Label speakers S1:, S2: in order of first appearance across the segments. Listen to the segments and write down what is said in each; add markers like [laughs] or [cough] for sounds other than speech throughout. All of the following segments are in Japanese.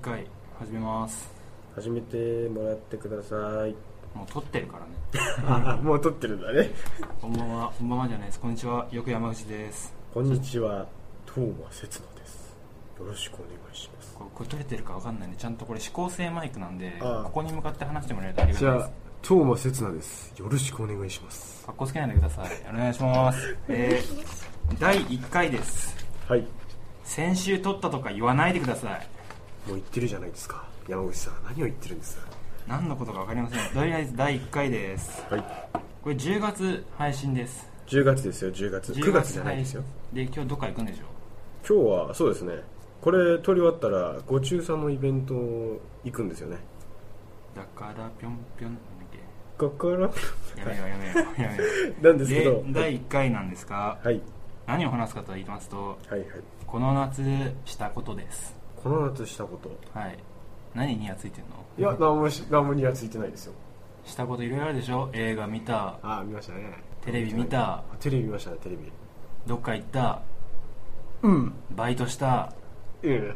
S1: 回始めます
S2: 始めてもらってください
S1: もう撮ってるからね
S2: あもう撮ってるんだね
S1: こんばんはこんばんはじゃないですこんにちはよく山口です
S2: こんにちはトーマ節野ですよろしくお願いします
S1: これこれ撮れてるかわかんないん、ね、でちゃんとこれ指向性マイクなんで
S2: ああ
S1: ここに向かって話してもらえるとありがたいです
S2: トーマ節野ですよろしくお願いします
S1: かっこつけないでくださいお願いしますえー、第1回です
S2: はい
S1: 先週撮ったとか言わないでください
S2: もう言ってるじゃないですか山口さん何を言ってるんです
S1: 何のことかわかりませんとりあえず第1回です
S2: はい
S1: これ10月配信です
S2: 10月ですよ10月9月じゃないですよ
S1: で今日どっか行くんでしょ
S2: 今日はそうですねこれ撮り終わったらご中さんのイベント行くんですよね
S1: だからぴょんぴょんなんだっけ
S2: ここから
S1: やめようやめようやめよ
S2: なん
S1: う
S2: ですけ
S1: で
S2: ど
S1: 第1回なんですが
S2: はい
S1: 何を話すかと言いますと
S2: はいはい
S1: この夏したことです
S2: この夏したこと
S1: はい何にやついてんの
S2: いや何もし何もにはついてないですよ
S1: したこといろいろあるでしょ映画見た
S2: あ見ましたね
S1: テレビ見た
S2: テレビ見ましたねテレビ
S1: どっか行った
S2: うん
S1: バイトした
S2: うん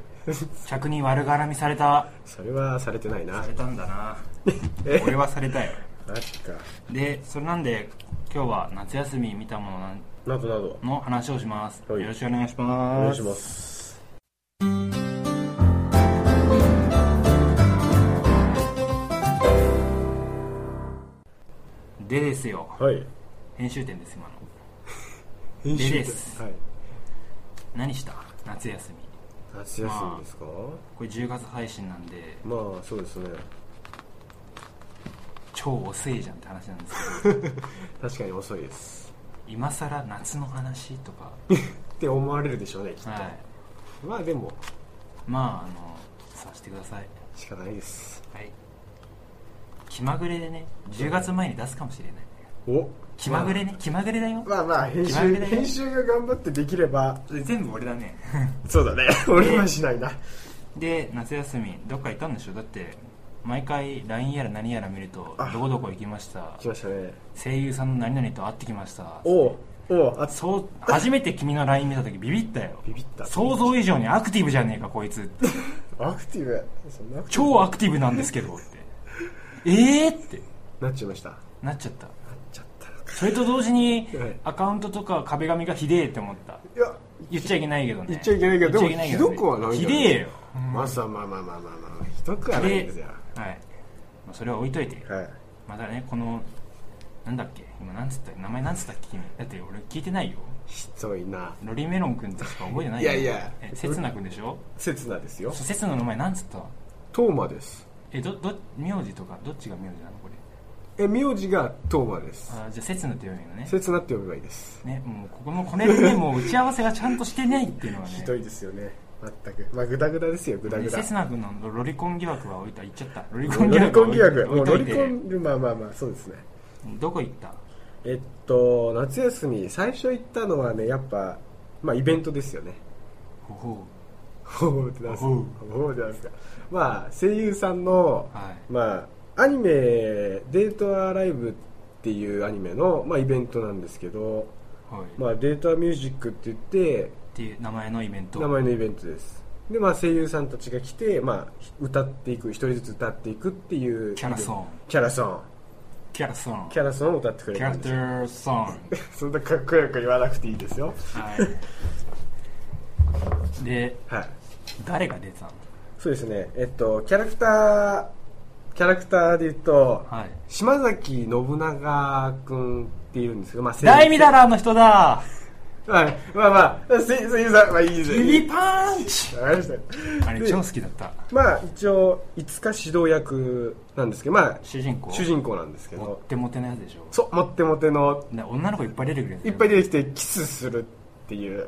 S1: 客に悪絡みされた
S2: それはされてないな
S1: されたんだな
S2: え
S1: 俺はされたよ
S2: マジか
S1: でそれなんで今日は夏休み見たものなん
S2: などなど
S1: の話をします、
S2: はい
S1: よろしくお願いし
S2: お
S1: ます
S2: 願いします
S1: でですよ
S2: はい
S1: 編集点です今の
S2: 編
S1: 集点
S2: はい
S1: 何した夏休み
S2: 夏休みですか、
S1: これ10月配信なんで
S2: まあ、そうですね
S1: 超遅いじゃんって話なんですけど
S2: 確かに遅いです
S1: 今さら夏の話とか
S2: って思われるでしょうねきっと、
S1: はい
S2: まあでも
S1: まああのさしてください
S2: 仕方ないです
S1: はい気まぐれでね10月前に出すかもしれない
S2: お
S1: 気まぐれね気まぐれだよ
S2: まあまあ編
S1: 気まぐれだよ
S2: 集が頑張ってできれば
S1: 全部俺だね
S2: そうだね俺はしないな
S1: [laughs] で夏休みどっか行ったんでしょだって毎回 LINE やら何やら見ると
S2: あ
S1: どこどこ行きました
S2: 来ましたね
S1: 声優さんの何々と会ってきました
S2: おうおうあ
S1: そう初めて君の LINE 見た時ビビったよ
S2: ビビった
S1: 想像以上にアクティブじゃねえかこいつって
S2: アクティブそんなアクティ
S1: 超アクティブなんですけどってええって
S2: ブなっちゃいましたなっ
S1: なっちゃった
S2: ちゃった
S1: それと同時に
S2: はい
S1: アカウントとか壁紙がひでえって思った
S2: いや
S1: 言っちゃいけないけどね
S2: 言っちゃいけないけど
S1: 言っちゃいけ
S2: でもひどくはない
S1: ひ
S2: よ
S1: で
S2: ね
S1: えよ
S2: まあさまあまあまあまあまあひどくはないんですよ
S1: はい、まあ、それは置いといて
S2: はい
S1: またねこのなんだっけ今なんつった名前なんつったっけ君だって俺聞いてないよ
S2: ひどいな
S1: ロリメロン君としか覚えてない
S2: いやいや
S1: え刹那君でしょ
S2: 刹那ですよ
S1: そう刹那の名前なんつった
S2: トーマです
S1: えどど名字とかどっちが名字なのこれ
S2: え名字がトーマです
S1: あーじゃあ刹那って読めばいいのね
S2: 刹那って呼べばいいです
S1: ねもうここのこれでねもう打ち合わせがちゃんとしてないっていうのはね
S2: ひどいですよね全くまあグダグダですよグダグダ
S1: セスナ君のロリコン疑惑は置いた言っちゃったロリ
S2: ロリコン疑惑
S1: は
S2: もうロ
S1: 置い
S2: リ
S1: とい
S2: コ
S1: て
S2: ンまあまあまあそうですね
S1: どこ行った
S2: えっと夏休み最初行ったのはねやっぱまあイベントですよね
S1: ほほ
S2: ほうってなんですか
S1: ほ
S2: ほうってなんですかまあ声優さんの
S1: うはい
S2: まあ、アニメ「デートアライブ」っていうアニメの、まあ、イベントなんですけど、
S1: はい、
S2: まあ、デートアミュージックって言って
S1: っていう名前のイベント
S2: 名前のイベントですで、まあ、声優さんたちが来て、まあ、歌っていく一人ずつ歌っていくっていう
S1: キャラソン
S2: キャラソン
S1: キャラソン
S2: キャラソンを歌ってくれ
S1: キ
S2: る
S1: ャ
S2: ん
S1: ラ
S2: で
S1: ク
S2: す
S1: ターソン
S2: そんなかっこよく言わなくていいですよ [laughs]
S1: はいで
S2: はい
S1: 誰が出てたの
S2: そうですねえっとキャラクターキャラクターで言うと
S1: はい
S2: 島崎信長君っていうんですけど、まあ、声優
S1: 大ミダラーの人だ
S2: はい、まあまあ、せ声優さん、まあいいですよ。
S1: 指パンチ
S2: わかりました
S1: あれ
S2: で
S1: 超好きだった
S2: まあ一応、いつか指導役なんですけど、まあ
S1: 主人公
S2: 主人公なんですけ
S1: モッ
S2: ど、
S1: テモテのやつでしょ
S2: そう、モッテモテの、
S1: ね女の子いっぱい出てくるやつ
S2: いっぱい出てきてキスするっていう、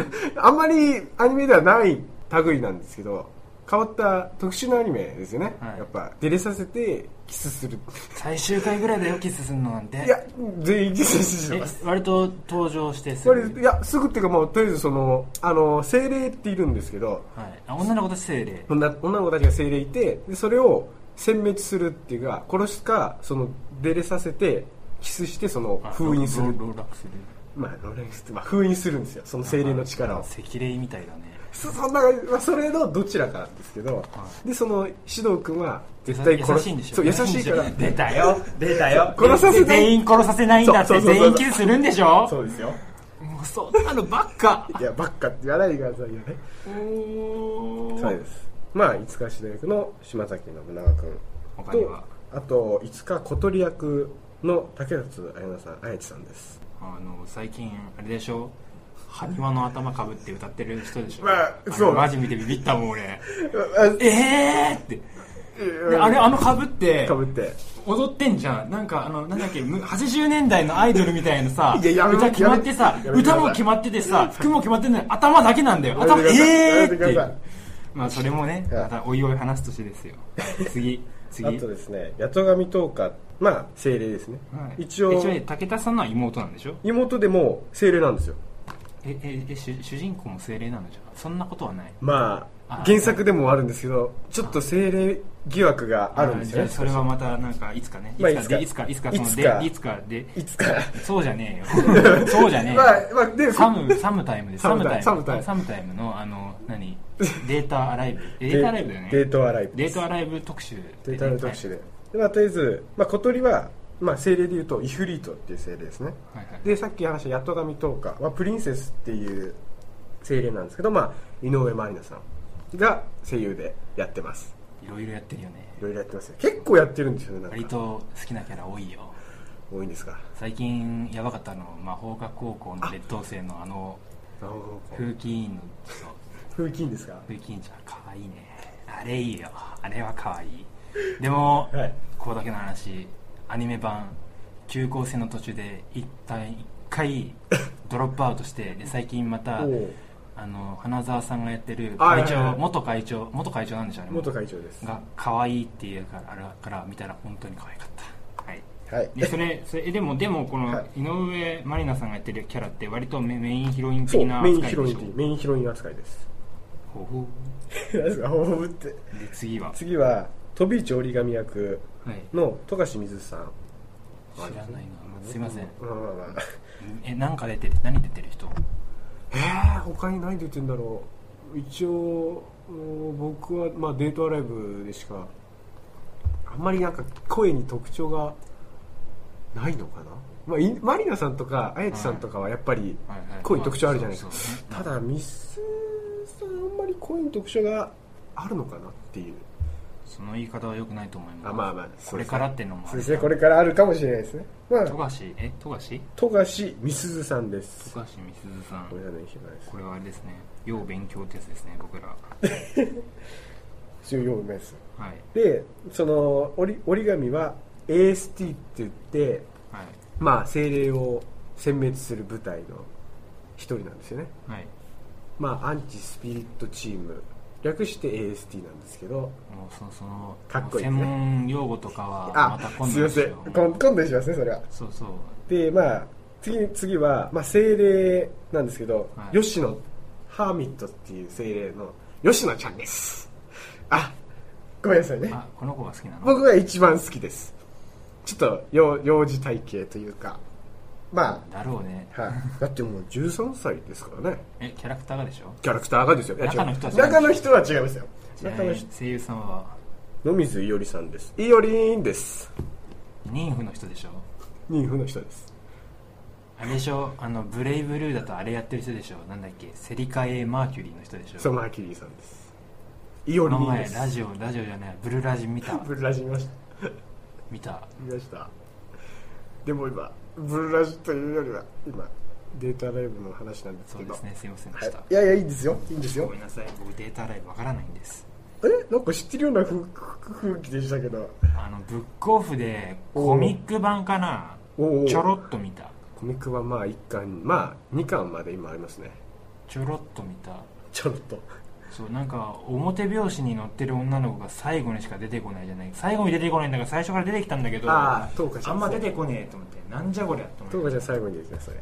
S2: [laughs] あんまりアニメではない類なんですけど、変わった特殊なアニメですよね。
S1: はい
S2: やっぱ、出れさせてキスする。
S1: 最終回ぐらいだよキスするのなんて
S2: いや、全員キスして
S1: え
S2: ます。
S1: 割と登場してす
S2: とりあえず
S1: ぐ
S2: いや、すぐっていうか、もう、とりあえずその、あの、精霊っているんですけど、
S1: はい、あ女の子たち精霊
S2: 女女の子たちが精霊いてでそれを殲滅するっていうか殺すかその出れさせてキスしてその
S1: あ
S2: 封印する
S1: ロロローラックする
S2: まあロレックスって、まあ、封印するんですよその精霊の力を
S1: 赤霊みたいだね
S2: そそんな感じ、まあ、それのどちらかなんですけど、でその指導君は絶対
S1: 優
S2: 殺
S1: しいんでしょ
S2: そう優しいから
S1: 出たよ出たよ
S2: 殺させない
S1: 全員殺させないんだっ
S2: そう
S1: て
S2: そうそう
S1: 全
S2: そう
S1: 員キスするんでしょ
S2: そうですよ
S1: もうそんなのばっか
S2: いやばっかって言わないでくださいよねそうですまあ五日指導役の島崎信長君
S1: 他に
S2: と
S1: は
S2: あと五日小鳥役の竹立彩乃さん彩地さんです
S1: あの最近あれでしょ埴輪の頭かぶって歌ってる人でしょ、
S2: まあ
S1: れ
S2: そう
S1: マジ見てビビったもん俺
S2: え
S1: ええー、ってであれあのかぶって
S2: かぶって
S1: 踊ってんじゃんなんかあのなんだっけむ80年代のアイドルみたいなさ
S2: いややめ
S1: 歌決まってさ
S2: やめてやめてください
S1: 歌も決まっててさ服も決まってんのに頭だけなんだよ頭
S2: やめてください
S1: ええー、っ
S2: やめ
S1: て
S2: てく
S1: い
S2: ださいう
S1: まあそれもね
S2: はい
S1: またおいおい話すとしてですよ次次
S2: あとですね八十神十日まあ精霊ですね、
S1: はい
S2: 一応
S1: 一応ね武田さんのは妹なんでしょ
S2: 妹でも精霊なんですよ
S1: えええ主主人公も精霊なのじゃんそんなことはない
S2: まあ
S1: あ
S2: 原作でもあるんですけどちょっと精霊疑惑があるんですよ
S1: あ
S2: ね
S1: じゃあそれはまたなんかいつかね
S2: まあ
S1: いつかで
S2: い
S1: い
S2: つ
S1: つ
S2: か
S1: かいつかその
S2: いつ
S1: で
S2: か
S1: いつかで
S2: いつから
S1: そうじゃね
S2: [laughs]
S1: えよそうじゃねえよ
S2: まあまあで
S1: サム、サムタイムです。
S2: サ
S1: サ
S2: ム
S1: ム
S2: タ
S1: タ
S2: イ
S1: イ
S2: ム
S1: ム。
S2: サムタイム
S1: の、あの、何データアライ
S2: [laughs]
S1: ブ。データアライブだよね。
S2: デートアライブ
S1: データア
S2: ライ
S1: ライブ特集でね。
S2: ブデートアライブ特集で,、でまあ、とりあえず、まあ、小鳥は、まあ、精霊でいうとイフリートっていう精霊ですね
S1: はい。はいはい
S2: でさっき話した「やっと神十日」はプリンセスっていう精霊なんですけど、まあ、井上まりなさんが声優でやってます
S1: いろいろやってるよね。
S2: いろいろやってますよ結構やってるんですよねなんか
S1: 割と好きなキャラ多いよ。
S2: 多いんですか
S1: 最近、やばかったの、魔法学高校の劣等生のあの、
S2: なるほ
S1: 風紀委員の、そう
S2: 風紀いいんですか
S1: 風紀委員長、かわいいね。あれいいよ。あれはかわいい。でも、
S2: はい
S1: ここだけの話、アニメ版、休校生の途中で、一旦一回、ドロップアウトして、で、最近また
S2: お、う
S1: あの花澤さんがやってる
S2: あはい
S1: 会
S2: はい
S1: 長、
S2: はい
S1: 元会長元会長なんでしょうね
S2: 元会長ですは
S1: が可愛いっていうからあれから見たら本当に可愛かったはい
S2: い
S1: でそれそれえでもでもこ
S2: は
S1: の井上まりなさんがやってるキャラって割とメメインヒロイン的な
S2: メイン
S1: 扱い
S2: ヒロ
S1: で
S2: イ
S1: し
S2: ン
S1: ょ
S2: っていうメインヒロイン扱いです [laughs]
S1: ほほ
S2: 何ですかほぼって
S1: で次は、はい、
S2: 次は飛び市折り紙役の富樫水さん
S1: 知らないなすいません
S2: まあまあまあ
S1: えなんか出てる何出てる人
S2: えー、他に何出てんだろう一応うん僕は、まあ、デートアライブでしかあんまりなんか声に特徴がないのかな、まあい、マリナさんとかあやちさんとかはやっぱり
S1: はいはい
S2: 声に特徴あるじゃないですか
S1: そうそう
S2: ただミスさんあんまり声に特徴があるのかなっていう
S1: その言い方は良くないと思います
S2: あまあまあ
S1: これからってのもあ
S2: そう
S1: る
S2: ですねこれからあるかもしれないですねま
S1: 富
S2: あ
S1: 樫え富樫
S2: 富樫美鈴さんです
S1: 富樫美鈴さん
S2: これはね知らないです
S1: これはあれですね要勉強ってやつですね僕らは
S2: 重要名です
S1: い
S2: でその折り折り紙は AST って言って
S1: はい
S2: まあ精霊を殲滅する部隊の一人なんですよね
S1: はい
S2: まあアンチスピリットチーム略して AST なんですけど
S1: もうそのその
S2: かっこいいです
S1: 専
S2: ね
S1: 門用語とかはまた
S2: あ
S1: 今
S2: すい
S1: 度に
S2: ま
S1: し
S2: せん
S1: よう
S2: 今今度にしますねそれは
S1: そうそう
S2: でまあ次次は、まあ、精霊なんですけど、
S1: はい
S2: 吉野ハーミットっていう精霊の吉野ちゃんですあごめんなさいね
S1: あこの子が好きなの
S2: 僕が一番好きですちょっと幼幼児体型というかま
S1: だろうね
S2: あ、はい、だってもう13歳ですからね
S1: えキャラクターがでしょ
S2: キャラクターがですよいや違う
S1: 中の人は違う
S2: 中の人は違いますよ中の
S1: え
S2: 人
S1: ー声優さんは
S2: 野水いおりさんですいおりーんです
S1: 妊婦の人でしょ
S2: 妊婦の人です
S1: あれでしょあのブレイブルーだとあれやってる人でしょなんだっけセリカエマーキュリーの人でしょ
S2: ソマーキュリーさんですいお
S1: こ
S2: り
S1: の
S2: ーん
S1: 前
S2: です
S1: ラジオラジオじゃないブルラジ見た
S2: ブルラジ見ました
S1: 見た
S2: 見ましたでも今ブルラジというよりは今データライブの話なんです
S1: そ
S2: け
S1: う
S2: ど
S1: ですねすいませんで
S2: は
S1: し
S2: い
S1: た、
S2: いやいやいいんですよいいんです
S1: ご
S2: よ
S1: めんなさい僕データライブわからないんです
S2: えなんか知ってるようなふふ雰囲気でしたけど
S1: あのブックオフでコミック版かな
S2: お
S1: ちょろっと見た
S2: コミックはまあ1巻まあ2巻まで今ありますね
S1: ちょろっと見た
S2: ちょろっと
S1: そうなんか表拍子に載ってる女の子が最後にしか出てこないじゃない最後に出てこないんだから最初から出てきたんだけど
S2: ああ東花ちゃん
S1: あんま出てこねえと思ってなんじゃこりゃと
S2: 東
S1: 思って
S2: 花ちゃん最後にできますそれ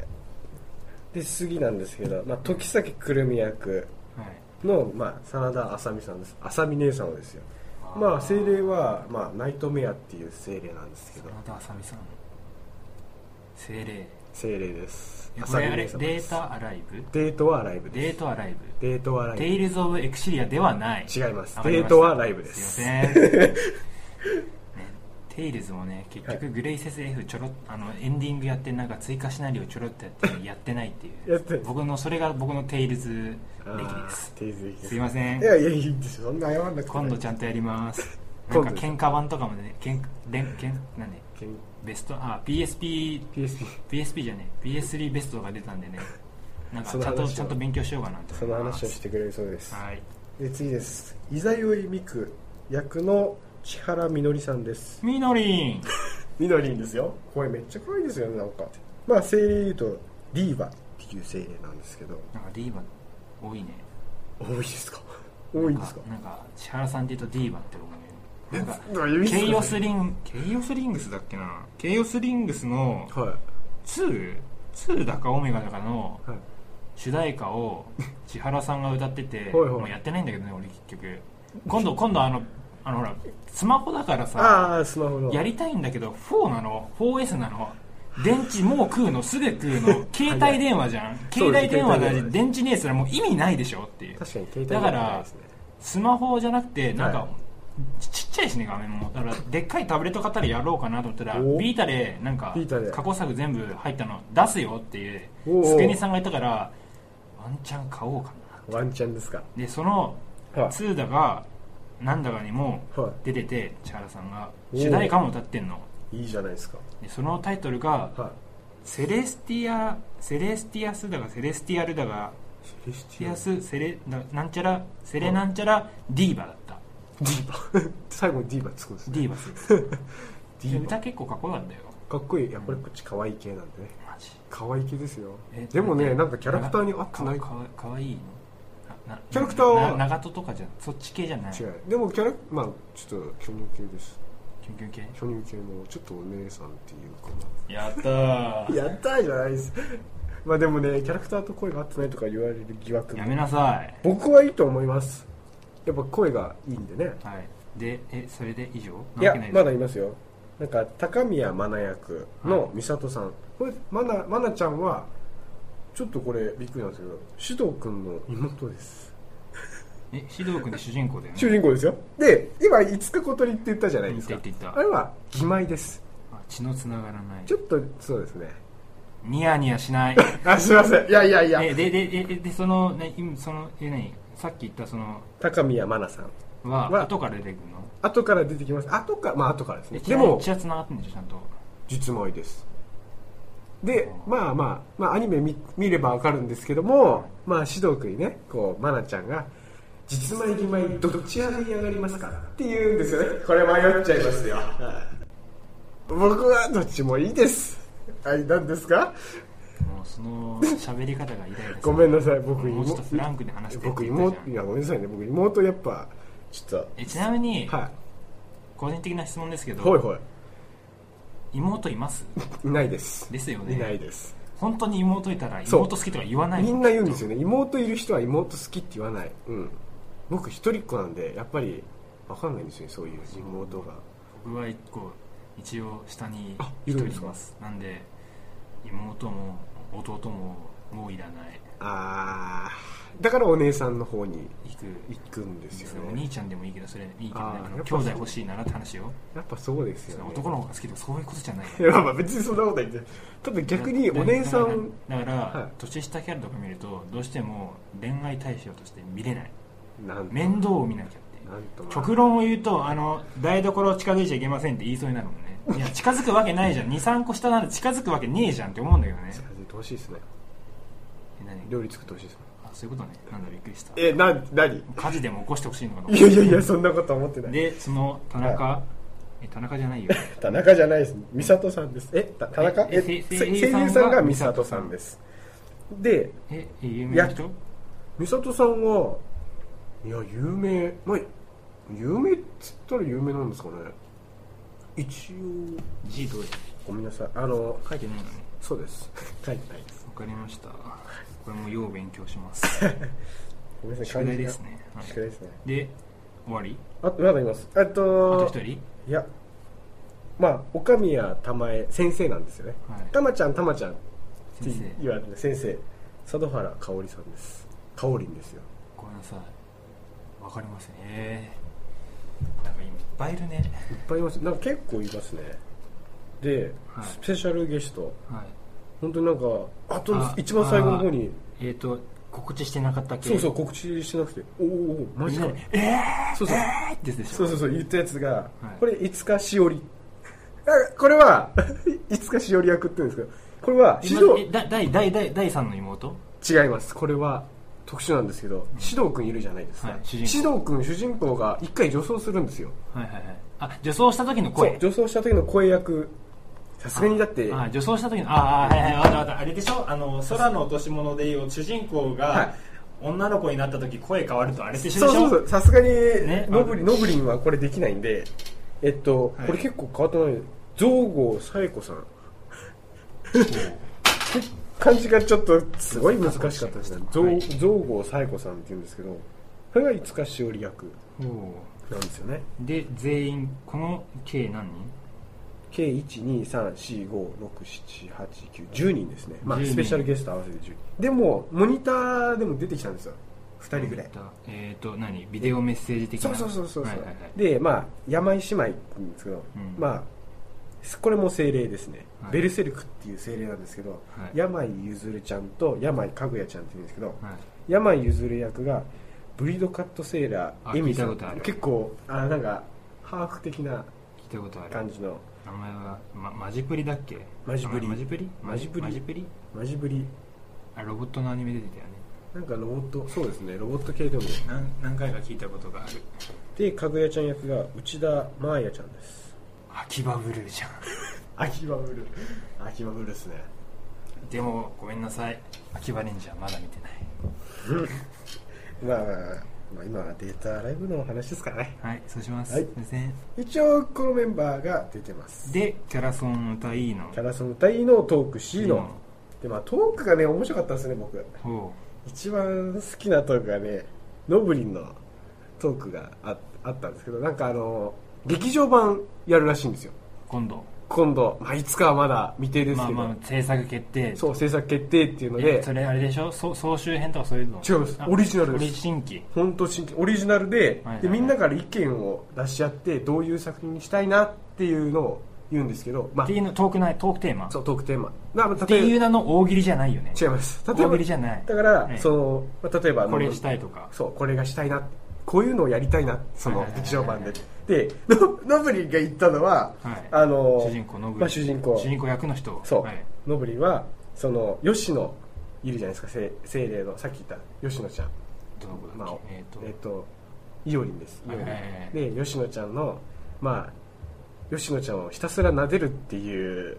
S2: で次なんですけど、まあ、時崎くるみ役
S1: はい
S2: の、まあ、真田麻美さんです麻美姉さんはですよ
S1: あー
S2: まあ精霊は、まあ、ナイトメアっていう精霊なんですけど
S1: 真田あさみさん精霊
S2: 精霊です
S1: えこれあれ
S2: 浅見
S1: デ
S2: です
S1: ータアライブ
S2: デートはライブです
S1: デートアライブ
S2: デートはライブ
S1: テイルズ・オブ・エクシリアではない
S2: 違います
S1: わかり
S2: デ
S1: ました
S2: ートはライブです
S1: すいませんねテイルズもね結局グレイセス F ちょろっあのエンディングやってなんか追加シナリオちょろっとやってやってないってい
S2: やってないう
S1: 僕のそれが僕のテイルズ
S2: あ
S1: 歴
S2: ー
S1: です
S2: 定時的です
S1: すいません
S2: いやいやいいんですよそんな謝んなくても
S1: 今度ちゃんとやりますな
S2: 今
S1: ん
S2: 度
S1: か喧嘩版とかもねけんれんけんなんで
S2: けん
S1: ベストあ PSP
S2: PSP
S1: PSP じゃねえ PS3 ベストが出たんでねなんか
S2: その
S1: ちゃんと
S2: 話を
S1: ちゃんと勉強しようかなと
S2: その
S1: 思います
S2: 話をしてくれるそうです
S1: はい
S2: で次です伊沢よい美久役の千原みのりさんです
S1: みのりん
S2: みのりんですよ声めっちゃ可愛いですよねなんかまあ精霊で言うとディーバっていう精霊なんですけど
S1: なんかディーバ多いね
S2: 多いですか多いんですか
S1: なんか千原さんって言うとディーバって思うよなんか
S2: なんか指
S1: ケイオス
S2: リ
S1: リンケイオスリングスだっけなケイオスリングスの
S2: はいは
S1: 2? 2だかオメガだかの
S2: い
S1: 主題歌
S2: [laughs]
S1: を千原さんが歌ってて
S2: はいはい
S1: もうやってないんだけどね俺結局今
S2: [laughs]
S1: 度今度あのあのほらスマホだからさ
S2: ああスマホの
S1: やりたいんだけど4なの 4S なの電池もう食うのすぐ食
S2: [laughs]
S1: うの携帯電話じゃん
S2: そう
S1: 携
S2: です
S1: 帯電話だし
S2: 携帯電話です
S1: 電池ねえすらもう意味ないでしょっていう
S2: 確かに携帯
S1: だから
S2: 電話ないですね
S1: スマホじゃなくてなんか、
S2: はい
S1: ちちっちゃいしね画面もだからでっかいタブレット買ったらやろうかなと思ったら
S2: お
S1: ビータでなんか
S2: ビータで
S1: 過去作全部入ったの出すよっていう
S2: おうおう
S1: スケニさんが言ったからワンチャン買おうかな
S2: ワンチャンですか
S1: でその
S2: は
S1: 2だがなんだかにも
S2: いは
S1: 出てて千原さんが
S2: おう
S1: 主題歌も歌ってんの
S2: いいいじゃないですか
S1: でそのタイトルが
S2: は
S1: 「セレスティアセレスティアスだがセレスティアルだが
S2: いセレス
S1: セレスティアスセレななんちゃらセレなんちゃらディーバだった
S2: ディーバ [laughs] 最後にディーバつくんです
S1: デ
S2: ね
S1: ィーバする
S2: ディーバ
S1: 歌結構かっこよかったよ
S2: かっこいいいやこれこっち可愛い系なんでね
S1: マジ
S2: 可愛い系ですよ
S1: え
S2: でもね
S1: だって
S2: なんかキャラクターに合ってない
S1: かかわかわいいのなな
S2: キャラクターは
S1: な長門とかじゃんそっち系じゃない
S2: 違うでもキャラまあちょっと巨乳系です
S1: キュンキュン系
S2: 巨乳系のちょっとお姉さんっていうか
S1: やったー
S2: なやったーじゃないですまあでもねキャラクターと声が合ってないとか言われる疑惑
S1: やめ
S2: も
S1: なさい
S2: 僕はいいと思いますやっぱ声がいいんでね
S1: はいでえそれで以上
S2: い
S1: な
S2: や
S1: わけな
S2: ま
S1: い
S2: だ
S1: で
S2: いますよなんか高宮愛奈役の美里さん、これ愛菜愛菜ちゃんはちょっとこれびっくりなんですけど獅童君の妹です
S1: え獅童君って主人公だよね
S2: 主人公ですよで今五日小鳥って言ったじゃないですか
S1: 言って言った
S2: あれは義妹です
S1: あ血のつながらない
S2: ちょっとそうですね
S1: ニヤニヤしない
S2: あすいませんいやいやいや
S1: えででえででそのね今そのえ何さっき言ったその
S2: 高宮愛菜さんは
S1: は後から出てくるの
S2: 後から出てきます後からまあ後からですね
S1: え
S2: でも
S1: 血はつながってんでしょちゃんと
S2: 実名ですでまあまあまあアニメ見見ればわかるんですけどもまあ獅童君にねこう愛菜ちゃんが「実名義前どちらに上がりますか?」って言うんですよねこれ迷っちゃいますよはい僕はどっちもいいですはい何ですか
S1: もうその喋り方がイライラする
S2: ごめんなさい僕
S1: もうちょっとフラ
S2: 妹
S1: ンクで話してって
S2: 僕
S1: 言ったじゃ
S2: 妹
S1: ん
S2: いやごめんなさいね僕妹やっぱちょっ
S1: えちなみに
S2: とは
S1: 個人的な質問ですけ
S2: い
S1: ど、
S2: ほいほい
S1: 妹います
S2: いないです
S1: ですよ
S2: いな
S1: ね
S2: いです
S1: 本当に妹いたら
S2: そう
S1: 妹好きとか言わない
S2: みんな言うんです
S1: よ
S2: よね妹いる人は妹好きって言わない、うん、僕一人っ子なんでやっぱり分かんないんですよねそういう妹が
S1: 僕は一個一応下に
S2: あい
S1: 一
S2: る
S1: 人
S2: んで
S1: い
S2: すか
S1: ますなんで妹も弟ももういらない
S2: あーだからお姉さんの方に
S1: 行く
S2: 行くんですよ
S1: お
S2: ね
S1: 兄ちゃんでもいいけどそれいいけど、ね、
S2: あー
S1: あの
S2: やっぱ
S1: 兄弟欲しいならって話よ、
S2: やっぱそうで
S1: そ
S2: すよ
S1: の
S2: ね
S1: 男の方が好きとかそういうことじゃない
S2: いやまあ別にそんなことは言ってないただ逆にお姉さん
S1: だからだから
S2: はい
S1: 年下キャラとか見るとどうしても恋愛対象として見れない
S2: なんと
S1: 面倒を見なきゃって
S2: なんとまあ
S1: 極論を言うとあの台所近づいちゃいけませんって言いそうになるもんねいや近づくわけない
S2: [laughs]
S1: じゃん23個下なんで近づくわけねえじゃんって思うんだけどね
S2: 近づいてほしいですね
S1: え何
S2: 料理作ってほしいですね
S1: あそういうことねなんだびっくりした
S2: えな何
S1: 火事でも起こしてほしいのかと
S2: いやいやいやそんなことは思ってない
S1: でその田中、え田中じゃないよ
S2: 田中じゃないです美里さんですえた田中
S1: え
S2: え
S1: せ
S2: せ
S1: 声
S2: 声
S1: 優さんが
S2: 優さんが美里さんですで
S1: ええ有名な人
S2: 美里さんはいや有名まあ有名っつったら有名なんですかね一応
S1: G どうや
S2: ごめんなさいあの
S1: 書いてないのね
S2: そうです書いてないです
S1: わかりましたこれもよう勉強します
S2: ごめんなさい
S1: 宿題
S2: 漢字が
S1: ですね、はい
S2: 宿題ですね
S1: で終わり
S2: あまだいますえっ
S1: あ
S2: と
S1: と一人
S2: いやまあ岡宮玉江先生なんですよね
S1: はい
S2: 玉ちゃん玉ちゃんって
S1: 先生
S2: 言われて先生佐渡原香織さんです香織んですよ
S1: ごめんなさいわかりますねえーなんか今いっぱいいるね
S2: いっぱいいますなんか結構いますねで、
S1: はい
S2: スペシャルゲスト
S1: はい
S2: 本当になんかあと
S1: あ
S2: 一番最後の方に
S1: えっ、と告知してなかったっけ
S2: そうそう告知してなくておーおーマ
S1: み
S2: ジ
S1: ん
S2: か
S1: なでえー
S2: そうそう
S1: えーってやつでしょ
S2: そうそうそう言ったやつが、
S1: はい
S2: これいつかしおりあこれは [laughs] いつかしおり役って言うんですけどこれは
S1: 今
S2: 指導
S1: えだ第第第第三の妹
S2: 違いますこれは特殊なんですけど獅童君いるじゃないですか
S1: はい主人公
S2: 獅童君主人公が一回女装するんですよ
S1: はいはいはいあ女装した時の
S2: そ
S1: 声
S2: う女装した時の声役さすがにだって
S1: あ女装した時のああはいはいわかったわかったあれでしょあの空の落とし物でいう主人公が、
S2: はい
S1: 女の子になった時声変わるとあれと一緒でしょ
S2: そうそうそうさすがに
S1: ね
S2: ノブリノブリンはこれできないんでえっと
S1: はい
S2: これ結構変わったの上郷さえ子さん [laughs] 漢字がちょっとすごい難しかったですね上
S1: はい
S2: 上郷さえ子さんって言うんですけどそれがいつかしおり役
S1: おー
S2: なんですよね
S1: で全員この計何人
S2: 計12345678910人ですね、まあ、
S1: 10人
S2: スペシャルゲスト合わせて10人でもモニターでも出てきたんですよ2人ぐらい
S1: えっ、ー、と何ビデオメッセージ的
S2: そ
S1: な
S2: うそうそうそう
S1: は
S2: そう、
S1: いはいはい
S2: でまあ山井姉妹って言うんですけど、
S1: うん
S2: まあすこれも精霊ですね、
S1: はい
S2: ベルセルクっていう精霊なんですけど、
S1: はい
S2: 山井ゆずるちゃんと山井かぐやちゃんって言うんですけど、
S1: はい
S2: 山井ゆずる役がブリードカットセーラ
S1: あ
S2: ーエミさ
S1: 聞
S2: ん
S1: いたことある
S2: 結構あなんかハーフ的な
S1: 聞いたことある
S2: 感じの
S1: 名前は、ま、マジプリだっけ
S2: マジプリ
S1: あマジプリ
S2: マジプリ
S1: マジプリ
S2: マジぶり
S1: あロボットのアニメ出てたよね
S2: なんかロボットそうですねロボット系でも
S1: 何何回か聞いたことがある
S2: でかぐやちゃん役が内田真彩ちゃんです
S1: 秋葉ブルーじゃん
S2: 秋葉ブル秋葉ブルですね
S1: でもごめんなさい秋葉レンジャーまだ見てない
S2: まあ、まあまあ、今はデータライブの話ですからね
S1: はいそうします、
S2: はい
S1: すいません
S2: 一応このメンバーが出てます
S1: でキャラソン歌いいの
S2: キャラソン歌いのトーク C のでまあトークがね面白かったですね僕
S1: ほ
S2: 一番好きなトークがねノブリンのトークがああったんですけどなんかあの劇場版やるらしいんですよ
S1: う今度
S2: 今度、まあ、いつかはまだ未定です
S1: まあ
S2: けど、
S1: まあ制作決定
S2: そう制作決定っていうの
S1: え
S2: で
S1: それあれでしょそ総集編とかそういうの
S2: 違います
S1: あ
S2: オリジナルです
S1: オリ新規
S2: 本当新規オリジナルで,、
S1: はいはいはい
S2: でみんなから意見を出し合ってどういう作品にしたいなっていうのを言うんですけど、ま
S1: っていうのトークないトークテーマ
S2: あ、そうトークテーマなまあ
S1: って
S2: 例
S1: い
S2: え
S1: う名の大喜利じゃないよね
S2: ば違います例え
S1: 大
S2: ば
S1: 喜利じゃない
S2: だから、
S1: ええ
S2: そのまあ例えば
S1: これ
S2: ノブ
S1: したいとか
S2: そうこれがしたいなこういうのをやりたいなその
S1: はいはいはいはい
S2: 劇場版ででノノブリンが言ったのは、
S1: はい
S2: あの
S1: 主人公の
S2: まあ、主人公
S1: 主人公役の人
S2: そう、
S1: はい
S2: ノブリンはその吉野いるじゃないですか精精霊のさっき言った吉野ちゃん
S1: どの子だ
S2: ま
S1: っ
S2: あ
S1: けえっと
S2: えっとイオリンですイオリン
S1: はいはいはい
S2: で吉野ちゃんのまあ吉野ちゃんをひたすら撫でるっていう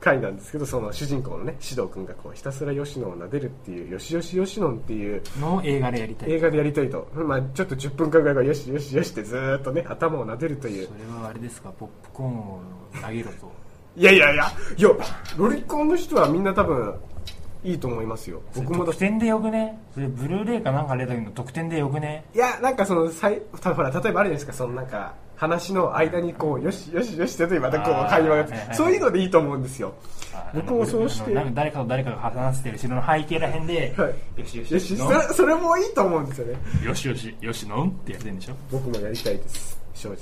S2: 回なんですけどその主人公のね獅童君がこうひたすら吉野を撫でるっていう「よしよしよしのん」っていう
S1: の映画でやりたい
S2: 映画でやりたいと、まあ、ちょっと10分間ぐらいが「よしよしよし」ってずーっとね頭を撫でると
S1: そ
S2: い
S1: れ
S2: う
S1: はあれですかポップコーンを投げろと
S2: いやいやいやいやロリコンの人はみんな多分いいと思いますよ僕もだ
S1: 特
S2: し
S1: 典でよくねそれブルーレイかなんか出たけど特典でよくね
S2: いや、なんかその、さいたほら、例えばあるじゃないですか、そのなんか、話の間にこう、よしよしよしって、またこう
S1: あ、ー
S2: 会話
S1: はいはいは
S2: が、
S1: い
S2: そういうのでいいと思うんですよ。
S1: あ
S2: 僕
S1: あの
S2: もそうして
S1: なんか誰かと誰かが話してる後ろの背景らへんで、
S2: は
S1: よしよし
S2: よし、
S1: の
S2: それそれもいいと思うんですよね。
S1: よしよしよしのんってやってるんでしょ
S2: 僕もやりたいです、正直。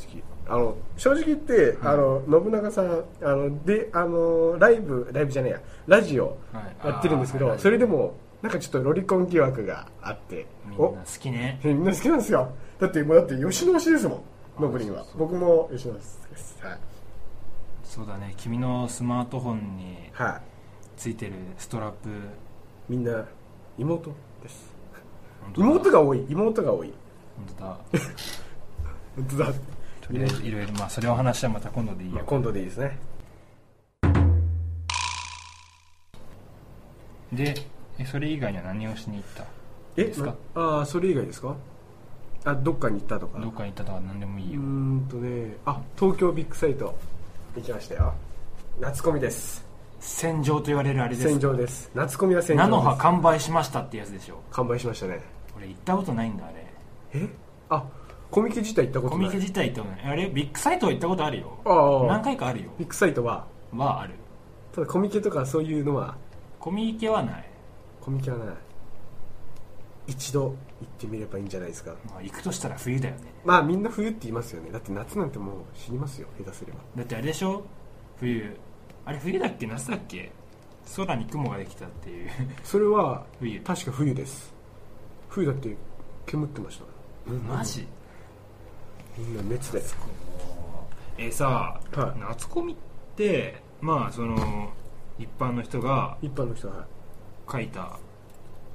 S2: あの、正直言って、あの、信長さん、あの、で、あの、ライブ、ライブじゃないや、ラジオ
S1: はい
S2: やってるんですけ
S1: あーは
S2: ど、
S1: い
S2: それでも、なんかちょっとロリコン疑惑があって、
S1: みんな
S2: お
S1: 好、きね
S2: みんな好きなんですよ。だって、もうだって、吉野推しですもん、
S1: あー
S2: ノブリン
S1: そ
S2: は
S1: う。そう
S2: 僕も吉野推しです。はい。
S1: そうだね君のスマートフォンに
S2: はい。
S1: ついてるストラップ
S2: みんな妹です
S1: 本当だ
S2: 妹が多い妹が多い
S1: 本当だ
S2: 本当だ
S1: とりあえずいろいろまあそれを話はまた今度でいい
S2: まあ
S1: よ
S2: 今度でいいですね
S1: でえそれ以外には何をしに行った
S2: え
S1: ですか
S2: なああそれ以外ですかあどっかに行ったとか
S1: どっかに行ったとか何でも
S2: う
S1: いい
S2: ー
S1: よ
S2: んとねあ東京ビッグサイト行きましたよ夏コミです
S1: 戦場と言われるあれです
S2: 戦場です夏コミは戦場
S1: 菜
S2: です
S1: の葉完売しましたってやつでしょ
S2: 完売しましたね
S1: 俺行ったことないんだあれ
S2: えあコミケ自体行ったこ
S1: コ
S2: と
S1: ミ
S2: ない
S1: ケ自体行ったことないあれビッグサイトは行ったことあるよ
S2: ああ
S1: 何回かあるよ
S2: ビッグサイトは
S1: はある
S2: ただコミケとかそういうのは
S1: コミケはない、
S2: コミケはね一度行ってみればいいんじゃないですか
S1: まあ、行くとしたら冬だよね
S2: まあみんな冬って言いますよねだって夏なんてもう死にますよ下手すれば
S1: だってあれでしょ冬あれ冬だっけ夏だっけ空に雲ができたっていう [laughs]
S2: それは
S1: 冬
S2: 確か冬です冬だって煙ってましたから
S1: マジ
S2: みんな熱で
S1: えーさ、
S2: は
S1: 夏コミってまあその一般の人が
S2: 一般の人ははい
S1: 書いた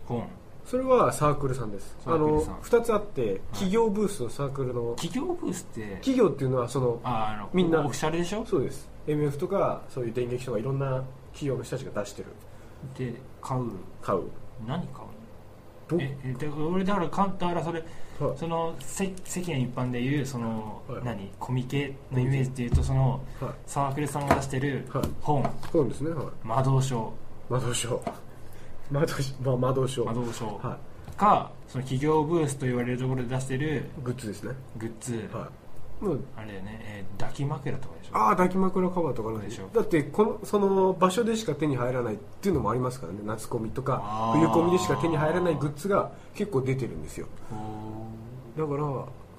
S1: 本
S2: それはサークルさんです
S1: サークルさん
S2: あの2つあって企業ブースとサークルの
S1: 企業ブースって
S2: 企業っていうのはその
S1: ああの
S2: みんな
S1: オフィシャルでしょ
S2: そうです MF とかそういう電撃とかいろんな企業の人たちが出してる
S1: で買う
S2: 買う
S1: 何買う
S2: ど
S1: ええで俺だからかんだからそれ
S2: はい
S1: そのせ世間一般でいうその、
S2: はい
S1: 何コミケのイメージでいうとその
S2: はい
S1: サークルさんが出してる
S2: はい
S1: 本
S2: そうなんですねはい
S1: 魔導書
S2: 魔導書魔導書まあ魔導書
S1: 魔導書
S2: は
S1: かその企業ブースと言われるところで出してる
S2: いグッズですね
S1: グッズ、
S2: はいもう
S1: あれだよね、えー抱き枕とかでしょ
S2: ああ抱き枕カバーとかの
S1: でしょ
S2: だってこのその場所でしか手に入らないっていうのもありますからね夏コミとか
S1: あー
S2: 冬コミでしか手に入らないグッズが結構出てるんですよ
S1: ほ
S2: だから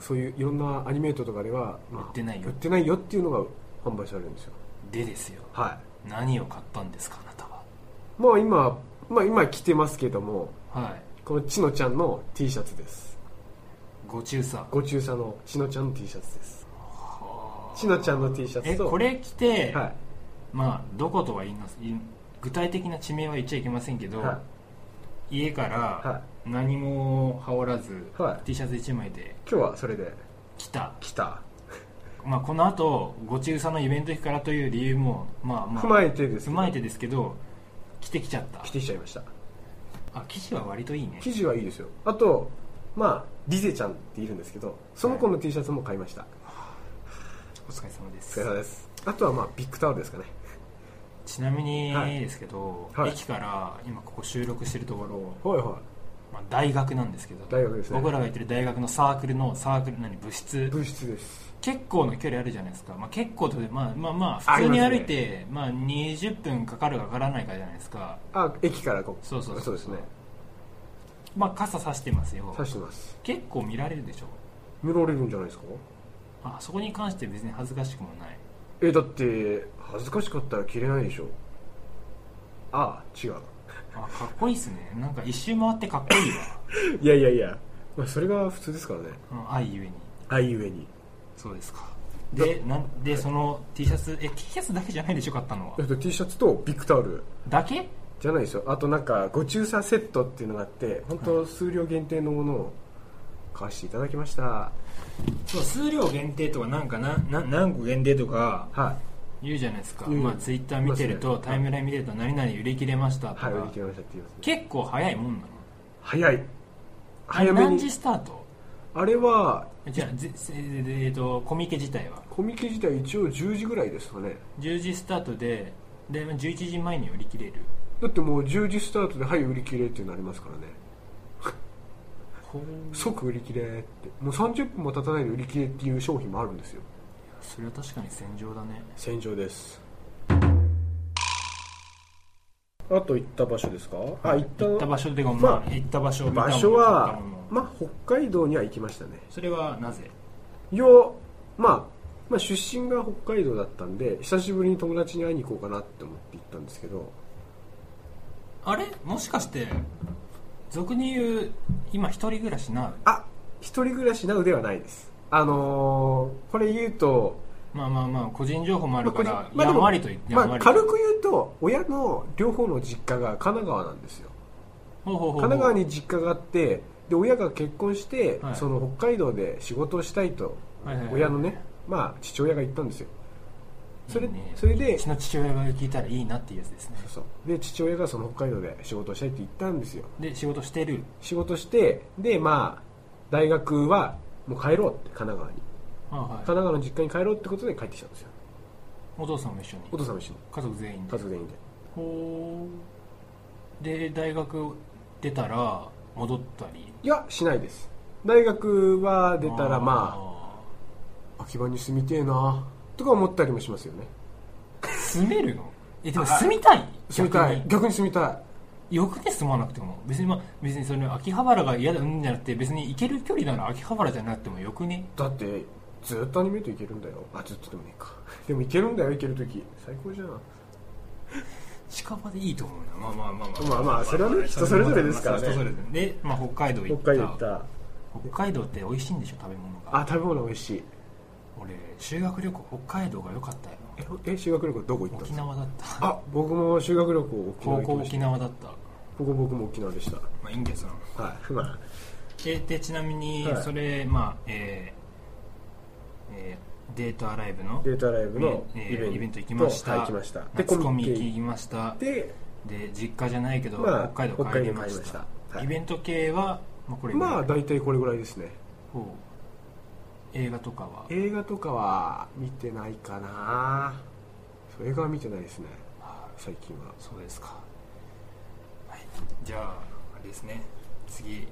S2: そういういろんなアニメートとかでは、まあ
S1: 売ってないよ
S2: 売ってないよっていうのが販売されるんですよ
S1: ーでですよ
S2: は
S1: 何を買ったんですかあなたはい
S2: まあ今まあ今着てますけども
S1: はい
S2: このちのちゃんの T シャツです
S1: ご中さ
S2: ご中佐のちのちゃんの T シャツですちのちゃんの T シャ
S1: え
S2: ツと
S1: これ着て、
S2: は
S1: まあどことは言います言い具体的な地名は言っちゃいけませんけ
S2: い
S1: ど、
S2: は
S1: 家か
S2: いは
S1: ら何も羽織らず、
S2: い、はい、
S1: T シャツ1枚で
S2: 今日はそれで
S1: 来た、
S2: 来た
S1: まあ、この後ご中さのイベント行くからという理由も、まあまあ、
S2: 踏まえてです
S1: 踏まえてですけど着てきちゃった
S2: 着てきちゃいました
S1: あ生地は割といいね
S2: 生地はいいですよあとまあリゼちゃんっているんですけどその子の T シャツも買いました、
S1: お疲れ様で
S2: お
S1: す
S2: 疲れ様ですあとはまあビッグタオルですかね
S1: ちなみに
S2: はい
S1: ですけど、
S2: はい
S1: 駅から今ここ収録してるところ、
S2: はいは
S1: まあ、大学なんですけど
S2: い大学ですね
S1: 僕らが行ってる大学のサークルのサークル何部室
S2: 物質です
S1: 結構な距離あるじゃないですか、まあ、結構とで、まあ、まあまあ
S2: あ
S1: 普通
S2: ります
S1: に
S2: ね
S1: 歩いてま、あ、20分かかるかかからないかじゃないですか
S2: あ駅からこ
S1: そうそう
S2: そうですね
S1: まあ傘さしてますよ
S2: 刺してます
S1: 結構見られるでしょ
S2: 見られるんじゃないですか
S1: あそこに関して別に恥ずかしくもない
S2: えだって恥ずかしかったら着れないでしょああ違う
S1: あかっこいいっすねなんか一周回ってかっこいいわ、
S2: いやいやいや、まあ、それが普通ですからね
S1: うん、愛ゆえに
S2: あいうえに
S1: そうですかでなんでその T シャツえ T シャツだけじゃないでしょ買ったのは
S2: えっと T シャツとビッグタオル
S1: だけ
S2: じゃないですよあとなんかご中佐セットっていうのがあって本当数量限定のものを買わせていただきましたは
S1: そう数量限定とかなんかなな何個限定とか
S2: い、は
S1: 言うじゃないですか、
S2: 言う
S1: まあ、ツイッター見てる
S2: ま
S1: と
S2: すね
S1: タイムライン見てると何々売り切れましたとか、
S2: い、売り切れましたって言いますね
S1: 結構早いもんなの
S2: 早い
S1: あれ
S2: 早め
S1: 何時
S2: に
S1: スタート
S2: あれは
S1: じゃあぜえーえーとコミケ自体は
S2: コミケ自体一応10時ぐらいですかね
S1: 10時スタートででまあ11時前に売り切れる
S2: だってもう10時スタートではい売り切れってなりますからね即売り切れってもう30分も経たないで売り切れっていう商品もあるんですよ
S1: それは確かに戦場だね
S2: 戦場ですあと行った場所ですかあ行った
S1: 行った場所でごめん、
S2: まあ
S1: 行った場所
S2: 場所
S1: 見
S2: は
S1: たもの買ったもの
S2: まあ北海道には行きましたね
S1: それはなぜ
S2: いや、まあ、まあ出身が北海道だったんで久しぶりに友達に会いに行こうかなって思って行ったんですけど
S1: あれもしかして俗に言う今一人暮らしな
S2: あ一人暮らしなうではないですあのーこれ言うと、
S1: まあまあまあ個人情報もあ
S2: まあ
S1: るから、
S2: 個人まあ
S1: や
S2: で
S1: ん
S2: も
S1: わりと言って、
S2: ま
S1: やんわ
S2: あ、
S1: りと
S2: 軽く言うと親の両方の実家が神奈川なんですよ
S1: ほうほうほう
S2: 神奈川に実家があってで親が結婚して、
S1: はい
S2: その北海道で仕事をしたいと
S1: はいはいはい
S2: 親のね、まあ、父親が言ったんですよそれ
S1: いいね
S2: それで
S1: うちの父親が聞いたらいいなっていうやつですね
S2: そうで父親がその北海道で仕事をしたいって言ったんですよ
S1: で仕事してる
S2: 仕事してでまあ大学はもう帰ろうって神奈川に
S1: あ、はい
S2: 神、奈川の実家に帰ろうってことで帰ってきたんですよ
S1: お父さんも一緒に
S2: お父さんも一緒に
S1: 家族全員で
S2: 家族全員で
S1: ほうで大学出たら戻ったり
S2: いやしないです大学は出たらま
S1: あ
S2: あ秋葉に住みてえなとか思ったりもしますよね
S1: あ住めるのえでも住みたい
S2: 住みたい
S1: 逆
S2: 逆に住みた
S1: によくね住まなくても別にまあ別にその秋葉原が嫌だうんじゃなくて別に行ける距離なら秋葉原じゃなくてもよくね
S2: いだってずっとアニメートいけるんだよあずっとでもねえか [laughs] でもいけるんだよいける時最高じゃん
S1: 近場でいいと思うなまあまあまあま
S2: まあまあそれはね人それぞれですからね
S1: 人それぞれで、まあ、北海道行
S2: 北
S1: った
S2: 海道行った
S1: 北海道って美味しいんでしょ食べ物が
S2: あ食べ物美味しい
S1: 俺修学旅行北海道が良かったよ
S2: ええ修学旅行どこ行ったんで
S1: 沖
S2: すか
S1: 縄だった
S2: あ僕も修学旅行沖
S1: 高
S2: 縄行
S1: 校
S2: きま
S1: 沖
S2: した
S1: 縄だった
S2: ここ僕も沖縄でした
S1: まあいいんですよ
S2: はいまあ
S1: ででちなみに
S2: はい
S1: それ、まあえーえーデートアライブの
S2: データライブのイ
S1: ね
S2: ベント,、
S1: イベント行きました,、
S2: はい、行きました
S1: でコミ
S2: ケ
S1: ケ行きました
S2: で
S1: で実家じゃないけど、
S2: まあ
S1: 北海道帰りました
S2: 北海道帰りましたはい
S1: イベント系は、まあ、これぐらい
S2: まあ大体これぐらいですね
S1: ほう映画とかは
S2: 映画とかは見てないかなそう映画は見てないですね
S1: あ
S2: 最近は
S1: そうですか、はい、じゃああれですね次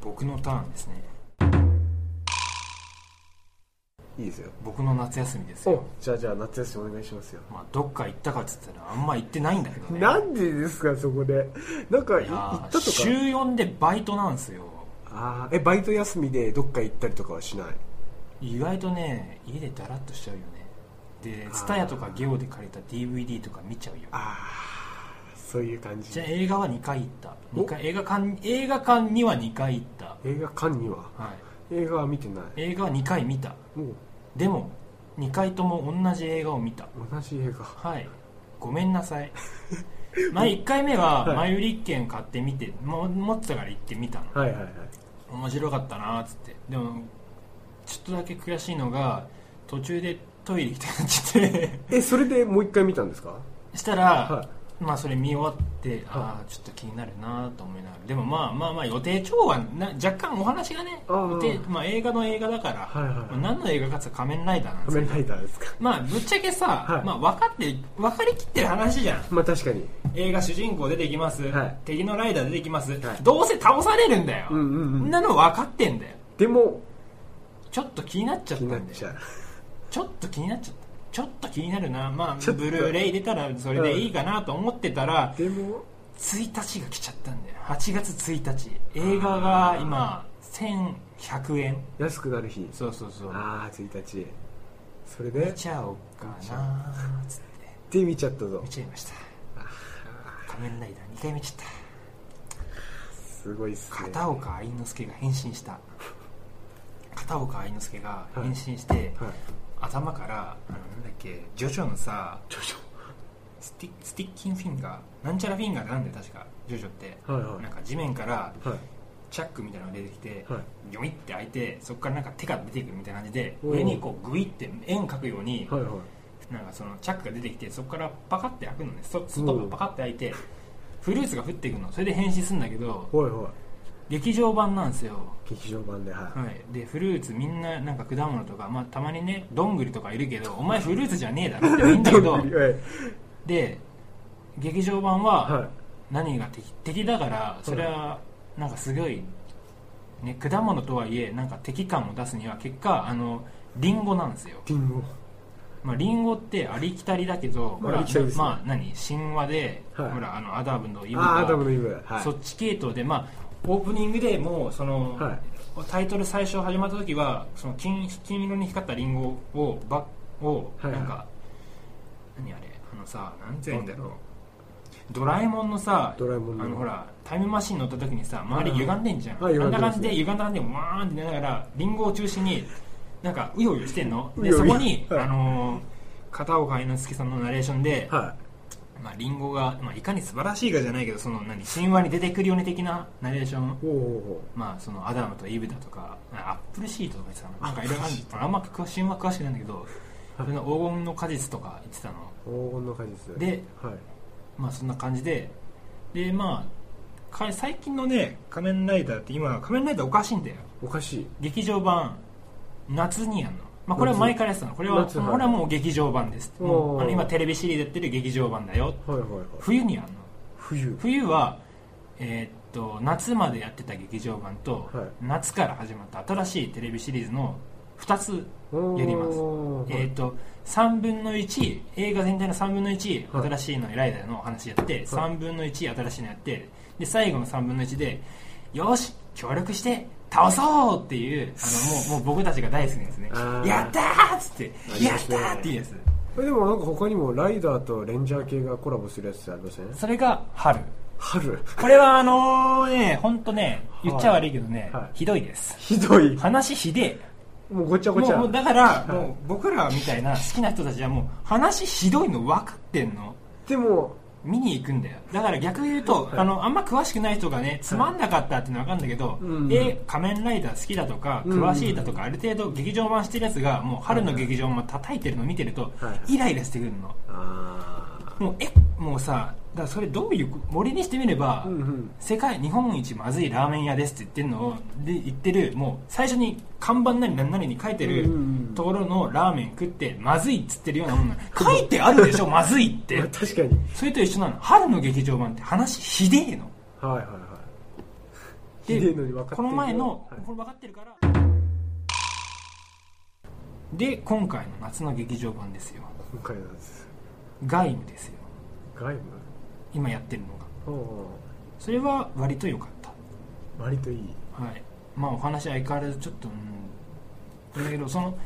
S1: 僕のターンですね
S2: いいですよ
S1: 僕の夏休みです
S2: お
S1: よ、
S2: じゃあじゃあ夏休みお願いしますよ
S1: まあ、どっか行ったかっつったらあんま行ってないんだけどね
S2: なんでですかそこでなんかい
S1: いや
S2: 行
S1: ー
S2: ったとか
S1: 週4でバイトなんですよ
S2: あーえバイト休みでどっか行ったりとかはしない
S1: 意外とね家でダラッとしちゃうよねで
S2: あー
S1: TSUTAYA とかゲオで借りた DVD とか見ちゃうよ
S2: ああそういう感じ
S1: じゃあ映画は2回行った
S2: お
S1: 二回映画館映画館には2回行った、
S2: 映画館には
S1: は
S2: 映画は見てない
S1: い、映画は2回見た
S2: もう
S1: でも2回とも同じ映画を見た
S2: 同じ映画
S1: はいごめんな
S2: [laughs]
S1: さいまあ1回目は
S2: はい
S1: 前売り券買ってみても持ってたから行ってみたの
S2: はいはいはい
S1: 面白かったなーっつってでもちょっとだけ悔しいのが途中でトイレ行きたくなっちゃって
S2: [laughs] えそれでもう一回見たんですか
S1: したら、
S2: は
S1: まあそれ見終わってああちょっと気になるなーと思いながらでもまあまあまあ予定調和な若干お話がね
S2: あー
S1: 予定まあ、映画の映画だから、
S2: はいはいはい
S1: まあ何の映画かっつったら仮面ライダーなんで
S2: 仮
S1: すよ
S2: 面ライダーですか
S1: まあぶっちゃけさ、
S2: はい
S1: まあ、分かって分かりきってる話じゃん
S2: まあ確かに
S1: 映画主人公出てきます、
S2: はい
S1: 敵のライダー出てきます、
S2: はい
S1: どうせ倒されるんだよ、
S2: うんうんうん
S1: んなの分かってんだよ
S2: でも
S1: ちょっと気になっちゃっ
S2: 気
S1: たんだ
S2: になっ
S1: よ
S2: ちゃう
S1: ちょっと気になっちゃったちょっと気になるなま
S2: ち
S1: あ
S2: ょっと
S1: ブルーレイ出たらそれでいいかなと思ってたら
S2: でも
S1: 1日が来ちゃったんだよ8月1日映画が今1100円
S2: 安くなる日
S1: そうそうそう
S2: ああ1日それ
S1: 見
S2: で
S1: ちゃおうかなーっつって
S2: で見ちゃったぞ
S1: 見ちゃいました仮面ライダー2回見ちゃった
S2: すごいっすね
S1: 片岡愛之助が変身した片岡愛之助が変身して、
S2: はい
S1: 頭からあのなんだっけジョジョのさ
S2: ちょち
S1: スティスティッキンフィンガーなんちゃらフィンガーってなんだよ確かジョジョって、
S2: ょはいは
S1: なんか地面から
S2: いはい
S1: チャックみたいなのが出てきて、
S2: はい
S1: ギョイって開いてそこからなんか手が出てくるみたいな感じで
S2: おう
S1: 上にこうグイって円描くように、
S2: はいはい
S1: なんかそのチャックが出てきてそこからパカって開くのねそ外がパカって開いて、フルーツが降ってくるのそれで変身するんだけど
S2: おいおい
S1: 劇場版なんですよ
S2: 劇場版ではい
S1: はい、でフルーツみんななんか果物とか、まあ、たまにねどんぐりとかいるけどお前フルーツじゃねえだろって言うんだけ
S2: [laughs] ど
S1: ど
S2: んぐりはい
S1: で劇場版は
S2: は
S1: 何が敵敵だからそれはなんかすごい、ね、果物とはいえなんか敵感を出すには結果あのリンゴなんですよ、
S2: いリンゴ
S1: まあ、リンゴってありきたりだけど、ほ
S2: まあ
S1: ら
S2: ありきたりですね
S1: まあ何神話で、
S2: はい
S1: ほらあのアダムのイブ
S2: ああー
S1: が
S2: ダブルイブはい
S1: そっち系統で、まあ、オープニングでもうその、
S2: は
S1: タイトル最初始まった時はその金金色に光ったリンゴをバを
S2: はい
S1: な
S2: はい
S1: んか、何あれあのさなんて言うんだろうドラえもんのさ
S2: ドラえもんの
S1: あのほらタイムマシン乗った時にさ
S2: はい
S1: 周り歪んでんじゃん、
S2: はい
S1: あん
S2: 歪んで
S1: な
S2: ますね
S1: 感じで歪んだ感じでわーんってなりながらリンゴを中心になんかうようよしてんの
S2: う
S1: で
S2: よう
S1: そ
S2: よ
S1: こに、
S2: はい
S1: あのー片岡愛之助さんのナレーションで、
S2: は
S1: まあ、リンゴが、まあ、いかに素晴らしいかじゃないけどその何神話に出てくるよね的なナレーション
S2: いおうおうおう
S1: まあそのアダムとイブだとかあアップルシートとか言ってたのなんかいろいろあるあんま詳しい神話詳しくないんだけどそれの黄金の果実とか言ってたの
S2: 黄金の果実
S1: で
S2: はい
S1: まあそんな感じででまあか最近のね仮面ライダーって今仮面ライダーおかしいんだよ
S2: おかしい
S1: 劇場版夏にやんの、まあ、これは前からやってたのこれは
S2: 夏はい
S1: これはもう劇場版です
S2: おー
S1: もうあの今テレビシリーズやってる劇場版だよ
S2: はいはいはい
S1: 冬にやんの
S2: 冬
S1: 冬は、えーっと夏までやってた劇場版と、
S2: はい
S1: 夏から始まった新しいテレビシリーズの「 2つ
S2: や
S1: やりますえー、と3分の1映画全体の3分の1、
S2: はい
S1: 新しいのライダーの話やって、3分の1新しいのやってで最後の3分の1でよし協力して倒そうっていうあのもうもう僕たちが大好きなやつね
S2: あー
S1: やったーっつって
S2: あり
S1: や
S2: ま
S1: っ
S2: す
S1: た
S2: ね
S1: ーっていうやつ
S2: えでもなんか他にもライダーとレンジャー系がコラボするやつありません
S1: それが春
S2: 春 [laughs]
S1: これはあのね本当ね言っちゃ悪いけどね、
S2: はい
S1: ひどいです
S2: ひどい
S1: 話ひでえ
S2: もうごちゃご
S1: も
S2: ち
S1: う
S2: ゃ
S1: もうだから、
S2: い
S1: もう僕らみたいな好きな人たちはもう話ひどいの分かってんの
S2: でも
S1: 見に行くんだよだから逆に言うと、あのあんま詳しくない人がねつまんなかったっていうのは分かるんだけど、
S2: うん
S1: え仮面ライダー好きだとか
S2: うん
S1: 詳しいだとか、ある程度劇場版してるやつがもう春の劇場版叩いてるの見てると、
S2: はい
S1: イライラしてくるの
S2: あ
S1: もうえもうさだからそれどういう森にしてみれば、
S2: うんうん
S1: 世界日本一まずいラーメン屋ですって言ってるのをで言ってるもう最初に看板なり何々に書いてる
S2: うんうんうん
S1: ところのラーメン食ってまずいっつってるようなもんな
S2: [laughs]
S1: の書いてあるでしょまずいっ
S2: ま
S1: て
S2: あ確かに
S1: それと一緒なの春の劇場版って話ひでえの
S2: はいはいはい
S1: で
S2: ひでえのに分かってる
S1: この前の、
S2: はい
S1: これ分かってるからで今回の夏の劇場版ですよ
S2: 今回のやつ
S1: 外務ですよ
S2: 外
S1: 今やってるのが
S2: 部おうお
S1: それは割と良かった
S2: う割といい
S1: はい、まあお話は相変わらずちょっと、うん、だけどその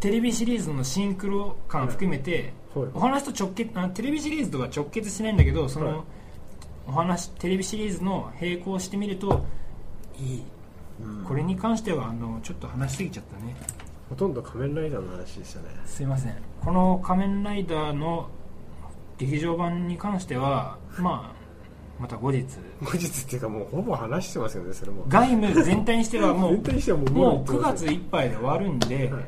S1: テレビシリーズのシンクロ感含めて、
S2: はい
S1: お話と直結あテレビシリーズとは直結しないんだけどその、
S2: はい
S1: お話テレビシリーズの並行してみるといいこれに関してはあのちょっと話しすぎちゃったね
S2: ほとんど仮面ライダーの話でしたね
S1: すいませんこの「仮面ライダー」の劇場版に関してはまあまた後日
S2: 後日っていうかもうほぼ話してますよねそれも
S1: 外務全体にしてはもう
S2: [laughs] 全体にしてはもう
S1: も
S2: いうって
S1: 9
S2: ます
S1: 月
S2: よ
S1: いっぱいで終わるんで、
S2: は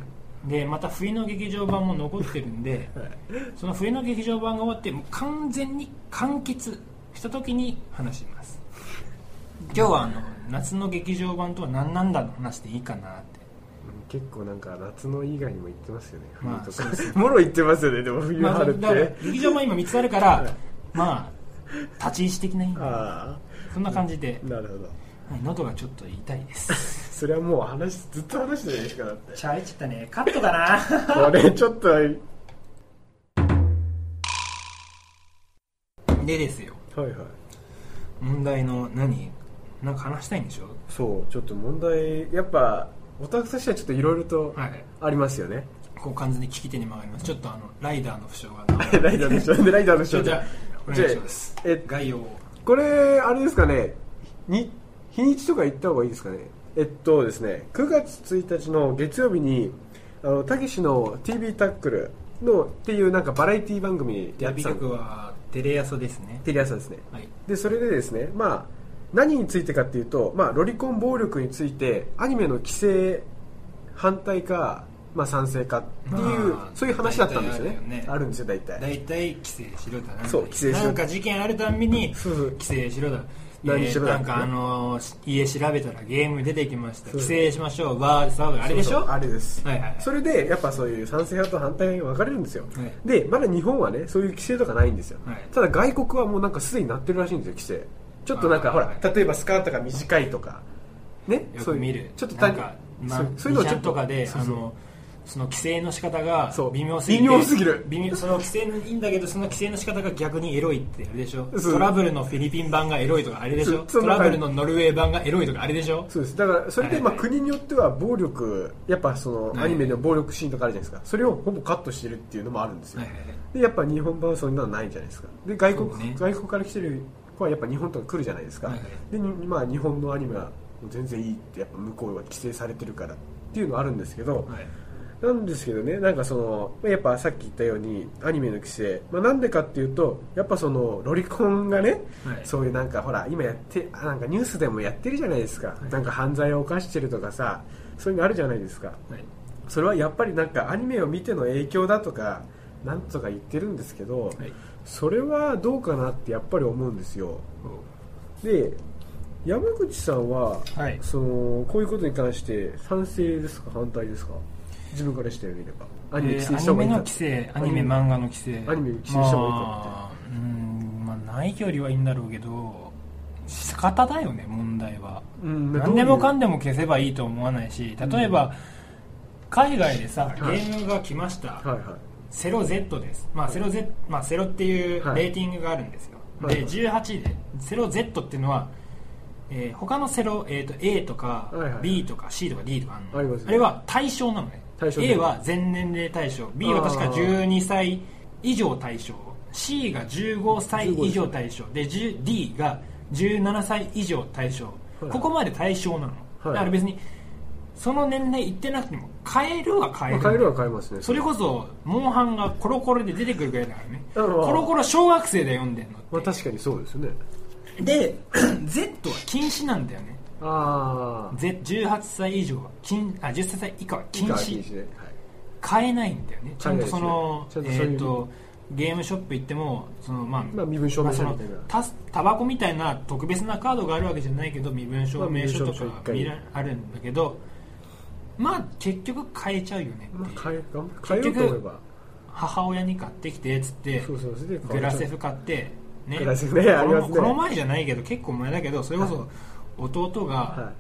S1: でまた冬の劇場版も残ってるんで、 [laughs]
S2: はい
S1: その冬の劇場版が終わってもう完全に完結した時に話します今日はあの夏の劇場版とは何なんだの話でいいかなって
S2: うん結構なんか夏の以外にも行ってますよね冬
S1: まあ
S2: と
S1: そ
S2: か
S1: うで、
S2: [laughs] もろ行ってますよねでも冬
S1: まあ、
S2: 春
S1: だ
S2: って、
S1: から劇場版今3つあるから、 [laughs] まあ立ち位置的な意味
S2: あ
S1: そんな感じで、
S2: あなるほど
S1: はい喉がちょっと痛いです [laughs]
S2: それはもう話ずっと話してないですかだって
S1: しゃあいっちゃったねカットかな
S2: これちょっとはい
S1: でですよ
S2: はい
S1: 問題の何なんか話したいんでしょ
S2: そうちょっと問題やっぱオタクとしてはちょっといろいろと
S1: はい
S2: ありますよね、 [laughs]
S1: こう完全に聞き手に回りますちょっとあのライダーの負傷がな
S2: ライダーでしょでライダーでし
S1: じゃ
S2: ょ
S1: あじゃあお願いします
S2: じゃあえ
S1: 概要を
S2: これあれですかねに日にちとか言った方がいいですかねえっとですね9月1日の月曜日にあのたけしの TV タックルのっていうなんかバラエティ番組
S1: や
S2: やって
S1: 美
S2: た
S1: 学
S2: の
S1: はテレ朝ですね
S2: テレ朝ですね
S1: はい
S2: でそれでですねまあ何についてかっていうと、まあ、ロリコン暴力についてアニメの規制反対か、まあ、賛成かっていう、
S1: まあ
S2: そういう話だったんですよ
S1: 大体
S2: ね
S1: あるよね
S2: あるんですよ大体
S1: 大体規制しろだな
S2: そう規制しろ
S1: なんか事件あるたんびに
S2: そうそう
S1: 規制しろだ
S2: 何しろだ
S1: えーなんかあのー家調べたらゲーム出てきました
S2: そう
S1: 規制しましょうわー騒ぐあれでしょ
S2: そうそうあれです、
S1: はいはいはい
S2: それでやっぱそういう賛成派と反対派に分かれるんですよ、
S1: はい
S2: でまだ日本はねそういう規制とかないんですよ、
S1: はい
S2: ただ外国はもうなんかすでになってるらしいんですよ規制ちょっとなんか
S1: あー
S2: ほら、
S1: はい
S2: 例えばスカートが短いとかね
S1: よ
S2: そ
S1: く
S2: ういう
S1: 見る
S2: ちょっと
S1: なんか、まあ、
S2: そうそういうのを
S1: ち
S2: ちょ
S1: ゃ
S2: っ
S1: んとかで
S2: そうそう
S1: あのその規制の仕方が
S2: そう
S1: 微妙すぎて
S2: 微妙すぎる
S1: 微妙その規制いいんだけどその規制の仕方が逆にエロいってあれでしょ
S2: そう
S1: トラブルのフィリピン版がエロいとかあれでしょト
S2: そうそんな
S1: ラ
S2: 感
S1: ブ
S2: じ
S1: ルのノルウェー版がエロいとかあれでしょ
S2: そうですだからそれで、
S1: はいはい
S2: まあ、国によっては暴力やっぱその、
S1: はい
S2: アニメの暴力シーンとかあるじゃないですかそれをほぼカットしてるっていうのもあるんですよ、
S1: はいはいはい
S2: でやっぱ日本版はそんなのないじゃないですかで外国,、
S1: そうね
S2: 外国から来てる子はやっぱ日本とか来るじゃないですか、
S1: はいはい
S2: で、にまあ、日本のアニメはもう全然いいってやっぱ向こうは規制されてるからっていうのはあるんですけど、
S1: はい
S2: なんですけどねなんかそのまあやっぱさっき言ったようにアニメの規制、まあ、なんでかっていうとやっぱそのロリコンがね、
S1: はい
S2: そういうなんかほら今やってあなんかニュースでもやってるじゃないですか、なんか犯罪を犯してるとかさそういうのあるじゃないですか
S1: はい
S2: それはやっぱりなんかアニメを見ての影響だとかなんとか言ってるんですけど、
S1: はい
S2: それはどうかなってやっぱり思うんですよで山口さんは、
S1: はい
S2: そのこういうことに関して賛成ですか反対ですか自分からしてみればアニメ規制した方がいい
S1: えーアニメの
S2: か
S1: 規制アニメ漫画の規制
S2: アニメ規制した方がいいか
S1: まあうんまあないよりはいいんだろうけど仕方だよね問題は
S2: うん
S1: 何でもかん
S2: で
S1: でも消せばいいと思わないし例えば、海外でさゲ
S2: はい
S1: ームが来ました、
S2: はいは
S1: セロ Z です、まあセロ Z まあ、セロっていう
S2: は
S1: レ
S2: い
S1: ーティングがあるんですよ、
S2: はい
S1: で18位でセロ Z っていうのは、えー他のセロ、えー、と A とか
S2: はいはい
S1: B とか C とか D とかあるの
S2: ありますね
S1: れは対象なのね
S2: 対象
S1: A は全年齢対象 B は確か
S2: あー
S1: 12歳以上対象 C が15歳以上対象で 10- D が17歳以上対象、
S2: はい
S1: ここまで対象なの、
S2: はい
S1: だから別にその年齢いってなくても変えるは変え
S2: い、ま
S1: る
S2: あ、買えるは買えますね
S1: それこそモンハンがコロコロで出てくるぐらいだからね
S2: あの
S1: コロコロ小学生で読んでんの
S2: まあ確かにそうですね
S1: で [laughs] Z は禁止なんだよね
S2: ああ
S1: Z 18歳以上は禁あ10歳以下は禁
S2: 禁
S1: 止
S2: 止ね、
S1: 買えないんだよねちゃんとその、
S2: 買えないですねちゃんとそうい
S1: えっ、
S2: う
S1: とゲームショップ行ってもそのまあ、
S2: まあ身分証
S1: ま
S2: 明
S1: あ
S2: 書
S1: そ
S2: み
S1: の
S2: たいな、
S1: タスタバコみたいな特別なカードがあるわけじゃないけど身分証明書とか
S2: まあ身分証明書一回
S1: 見らあるんだけどまあ結局変えちゃうよね
S2: ま
S1: っていう
S2: あ、買え頑張買えようと思えば
S1: 母親に買ってきてっつって
S2: そうそうそれで
S1: グ
S2: 買えちゃ
S1: ラ
S2: う
S1: セフ買って、ね、
S2: グラセフねありますね
S1: このこの前じゃないけど結構前だけどそれこそ弟が、
S2: は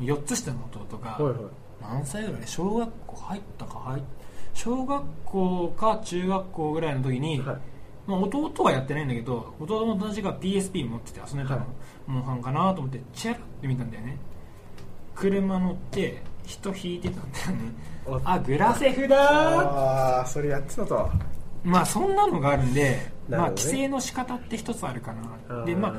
S1: お4つ下の弟が、
S2: いはいはい
S1: 何歳ぐらい小学校入ったか入っ小学校か中学校ぐらいの時に、
S2: はい
S1: まあ、弟はやってないんだけど弟の友達が PSP 持ってて遊んでたの、
S2: はい
S1: モンハンかなと思ってチェラって見たんだよね車乗って人引いてたんだよねあグラセフだーって
S2: ああそれやってたとは
S1: まあそんなのがあるんで、
S2: なるほどね
S1: まあ規制の仕方って一つあるかなでま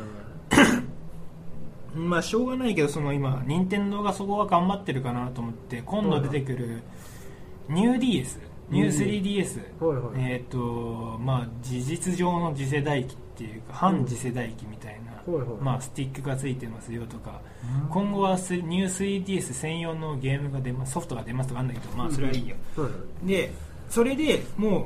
S1: あまあしょうがないけどその今任天堂がそこは頑張ってるかなと思って今度出てくるニュー DS ニュー 3DS、
S2: はいはい
S1: えっ、とまあ事実上の次世代機っていうか反次世代機みたいな、
S2: うんはいはい
S1: まあスティックがついてますよとか、今後はスニュー 3DS 専用のゲームが出ますソフトが出ますとかあるんだけどまあそれはいいよ、
S2: はい
S1: でそれでもう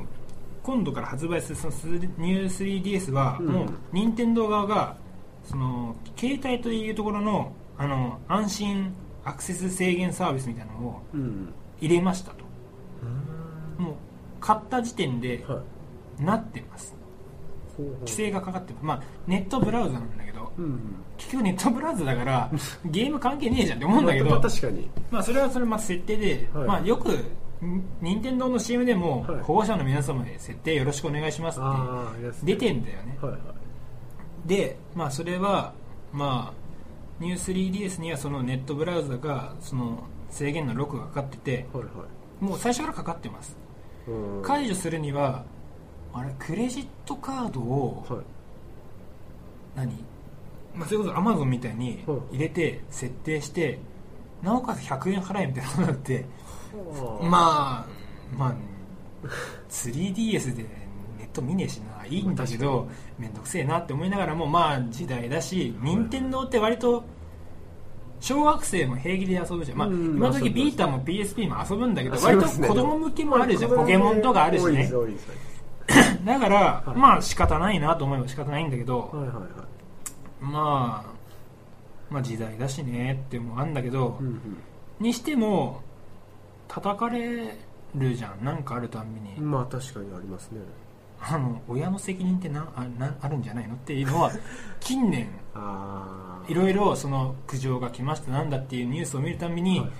S1: 今度から発売するそのスニュー 3DS は
S2: うん
S1: もう任天堂側がその携帯というところのあの安心アクセス制限サービスみたいなのを
S2: うん
S1: 入れましたともう買った時点で
S2: はい
S1: なってます
S2: ほうほう
S1: 規制がかかってます、まあ、ネットブラウザなんだけど
S2: うん
S1: 結局ネットブラウザだから
S2: [laughs]
S1: ゲーム関係ねえじゃんって
S2: ま
S1: 思うんだけ
S2: あ
S1: ど
S2: 確かに
S1: まあ、それはそれまあ設定で、
S2: はい
S1: まあ、よくん任天堂の CM でも
S2: はい
S1: 保護者の皆様へ設定よろしくお願いしますって
S2: ああやって
S1: 出てんだよね
S2: はいはい
S1: で、まあ、それは、まあ、New3DS にはそのネットブラウザがその制限のロックがかかってて
S2: はいは
S1: もう最初からかかってます
S2: いうんはい
S1: 解除するにはあれクレジットカードを何、まあ、それこそ Amazon みたいに入れて設定してなおかつ100円払えみたいなことになって
S2: あ
S1: まあまあ 3DS でネット見ねえしないいんだけど面倒くせえなって思いながらもまあ時代だし任天堂って割と小学生も平気で遊ぶじゃん、まあ、
S2: うん
S1: 今
S2: 遊
S1: 時
S2: びます
S1: ビータも PSP も遊ぶんだけど
S2: 遊
S1: 割
S2: び
S1: と
S2: ますね
S1: 子供向けもあるじゃんポケモンとかあるし
S2: 多いで
S1: ね
S2: す多いです
S1: だから
S2: はい
S1: まあ仕方ないなと思えば仕方ないんだけど
S2: はいはいはい
S1: まあまあ時代だしねってもあるんだけど
S2: うんうん
S1: にしても叩かれるじゃんなんかあるたんびに
S2: まあ確かにありますね
S1: あの親の責任ってなあなあるんじゃないのっていうの
S2: [laughs]
S1: は近年
S2: ああ
S1: いろいろその苦情が来ましたなんだっていうニュースを見るたびに、
S2: はいはい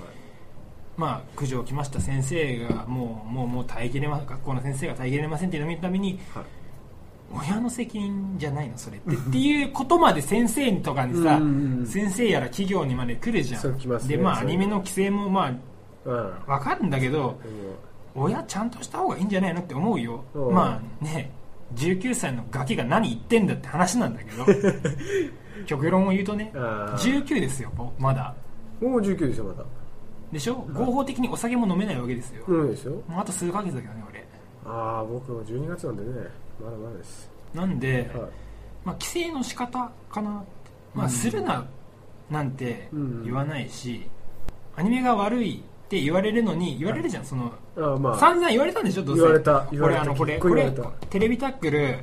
S1: まあ、苦情来ました先生がもうもうもう耐えきれま学校の先生が耐えきれませんっていうのを見るたびに
S2: はい
S1: 親の責任じゃないのそれ
S2: [laughs]
S1: ってっていうことまで先生とかにさ
S2: うんうんうん
S1: 先生やら企業にまで来るじゃ
S2: そうん来ますね
S1: でまあア
S2: そういう
S1: ニメの規制もま
S2: うん
S1: あわかるんだけど親ちゃんとした方がいいんじゃないのって思うよ
S2: うん
S1: まあね19歳のガキが何言ってんだって話なんだけど極論を言うとね
S2: あー
S1: 19ですよぼまだ
S2: もう19ですよまだ
S1: でしょ合法的にお酒も飲めないわけですよ
S2: うんですよ
S1: もうあと数ヶ月だけどね俺
S2: ああ僕は12月なんでねまだまだです
S1: なんで、
S2: はい
S1: まあ、規制の仕方かなってまあするななんて言わないし、アニメが悪いって言われるのに言われるじゃんその
S2: あーまあ
S1: 散々言われたんでしょどうせ
S2: 言われた言わ
S1: 俺
S2: れた
S1: あのこれ
S2: 結
S1: こ
S2: 構言わ
S1: れ
S2: れた
S1: テレビタックル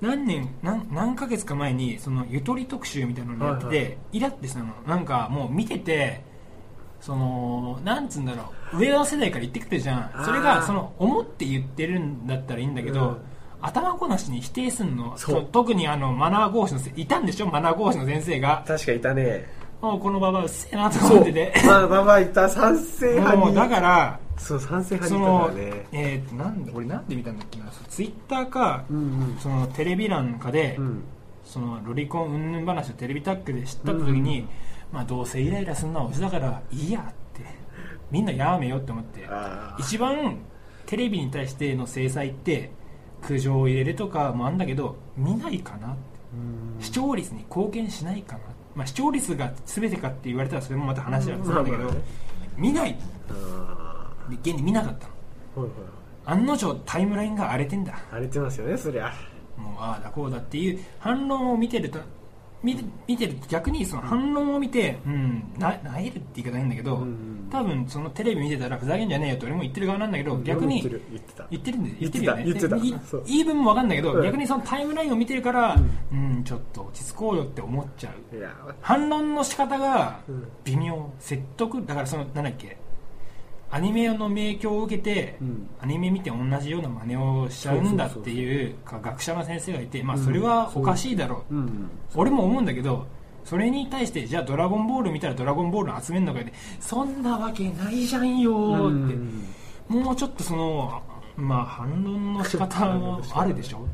S1: 何年何何ヶ月か前にそのゆとり特集みたいなのやってて、
S2: はい
S1: イラってしたのなんかもう見ててそのなんつうんだろう上の世代から言ってくるじゃ
S2: あ
S1: ん
S2: ー
S1: それがその思って言ってるんだったらいいんだけど、
S2: うん
S1: 頭ごなしに否定すんの
S2: そう
S1: と特にあのマナー講師のせいたんでしょマナー講師の先生が
S2: 確かいたね
S1: もうこのババアうっせえなと
S2: そ
S1: 思っ
S2: う
S1: てて
S2: まあまあまあいた賛成派
S1: もう
S2: に
S1: だから
S2: そう賛成
S1: そ
S2: 派
S1: の
S2: にいたからね
S1: えーっとなんで俺なんで見たんだっけなそうツイッターか
S2: うんうん
S1: そのテレビ欄かで、
S2: うん
S1: そのロリコン云々話をテレビタックで知った時に、
S2: うん
S1: まあどうせイライラするのはおじだからいいやってみんなやめようって思って
S2: あー
S1: 一番テレビに対しての制裁って苦情を入れるとかもあんだけど見ないかなって
S2: うん
S1: 視聴率に貢献しないかな、まあ、視聴率が全てかって言われたらそれもまた話は別なんだけど、
S2: まあまあね
S1: 見ない
S2: あ
S1: で現に見なかったの
S2: ーはいはい
S1: 案の定タイムラインが荒れてんだ
S2: 荒れてますよねそりゃ
S1: もうああだこうだっていう反論を見てると見て見てると逆にその反論を見て、うん、ななえるって言い方ないんだけど、
S2: うん
S1: 多分そのテレビ見てたらふざけんじゃねえよって俺も言ってる側なんだけど逆
S2: 言って
S1: に
S2: る言ってた
S1: 言ってるんで
S2: 言って
S1: よ
S2: た
S1: ね
S2: 言ってた
S1: で
S2: そ
S1: い
S2: う
S1: 言い分も分かんないけど、
S2: うん
S1: 逆にそのタイムラインを見てるから、うん、ちょっと落ち着こうよって思っちゃう
S2: いや
S1: 反論の仕方が
S2: うん
S1: 微妙説得だからそのなんだっけアニメの影響を受けて、
S2: うん
S1: アニメ見て同じような真似をしちゃうんだっていうか学者の先生がいて、まあ、それはおかしいだろう、
S2: うん
S1: 俺も思うんだけどそれに対してじゃあ「ドラゴンボール」見たら「ドラゴンボール」集めるのかよってそんなわけないじゃんよーって、もうちょっとそのまあ反論の仕方もあるでしょ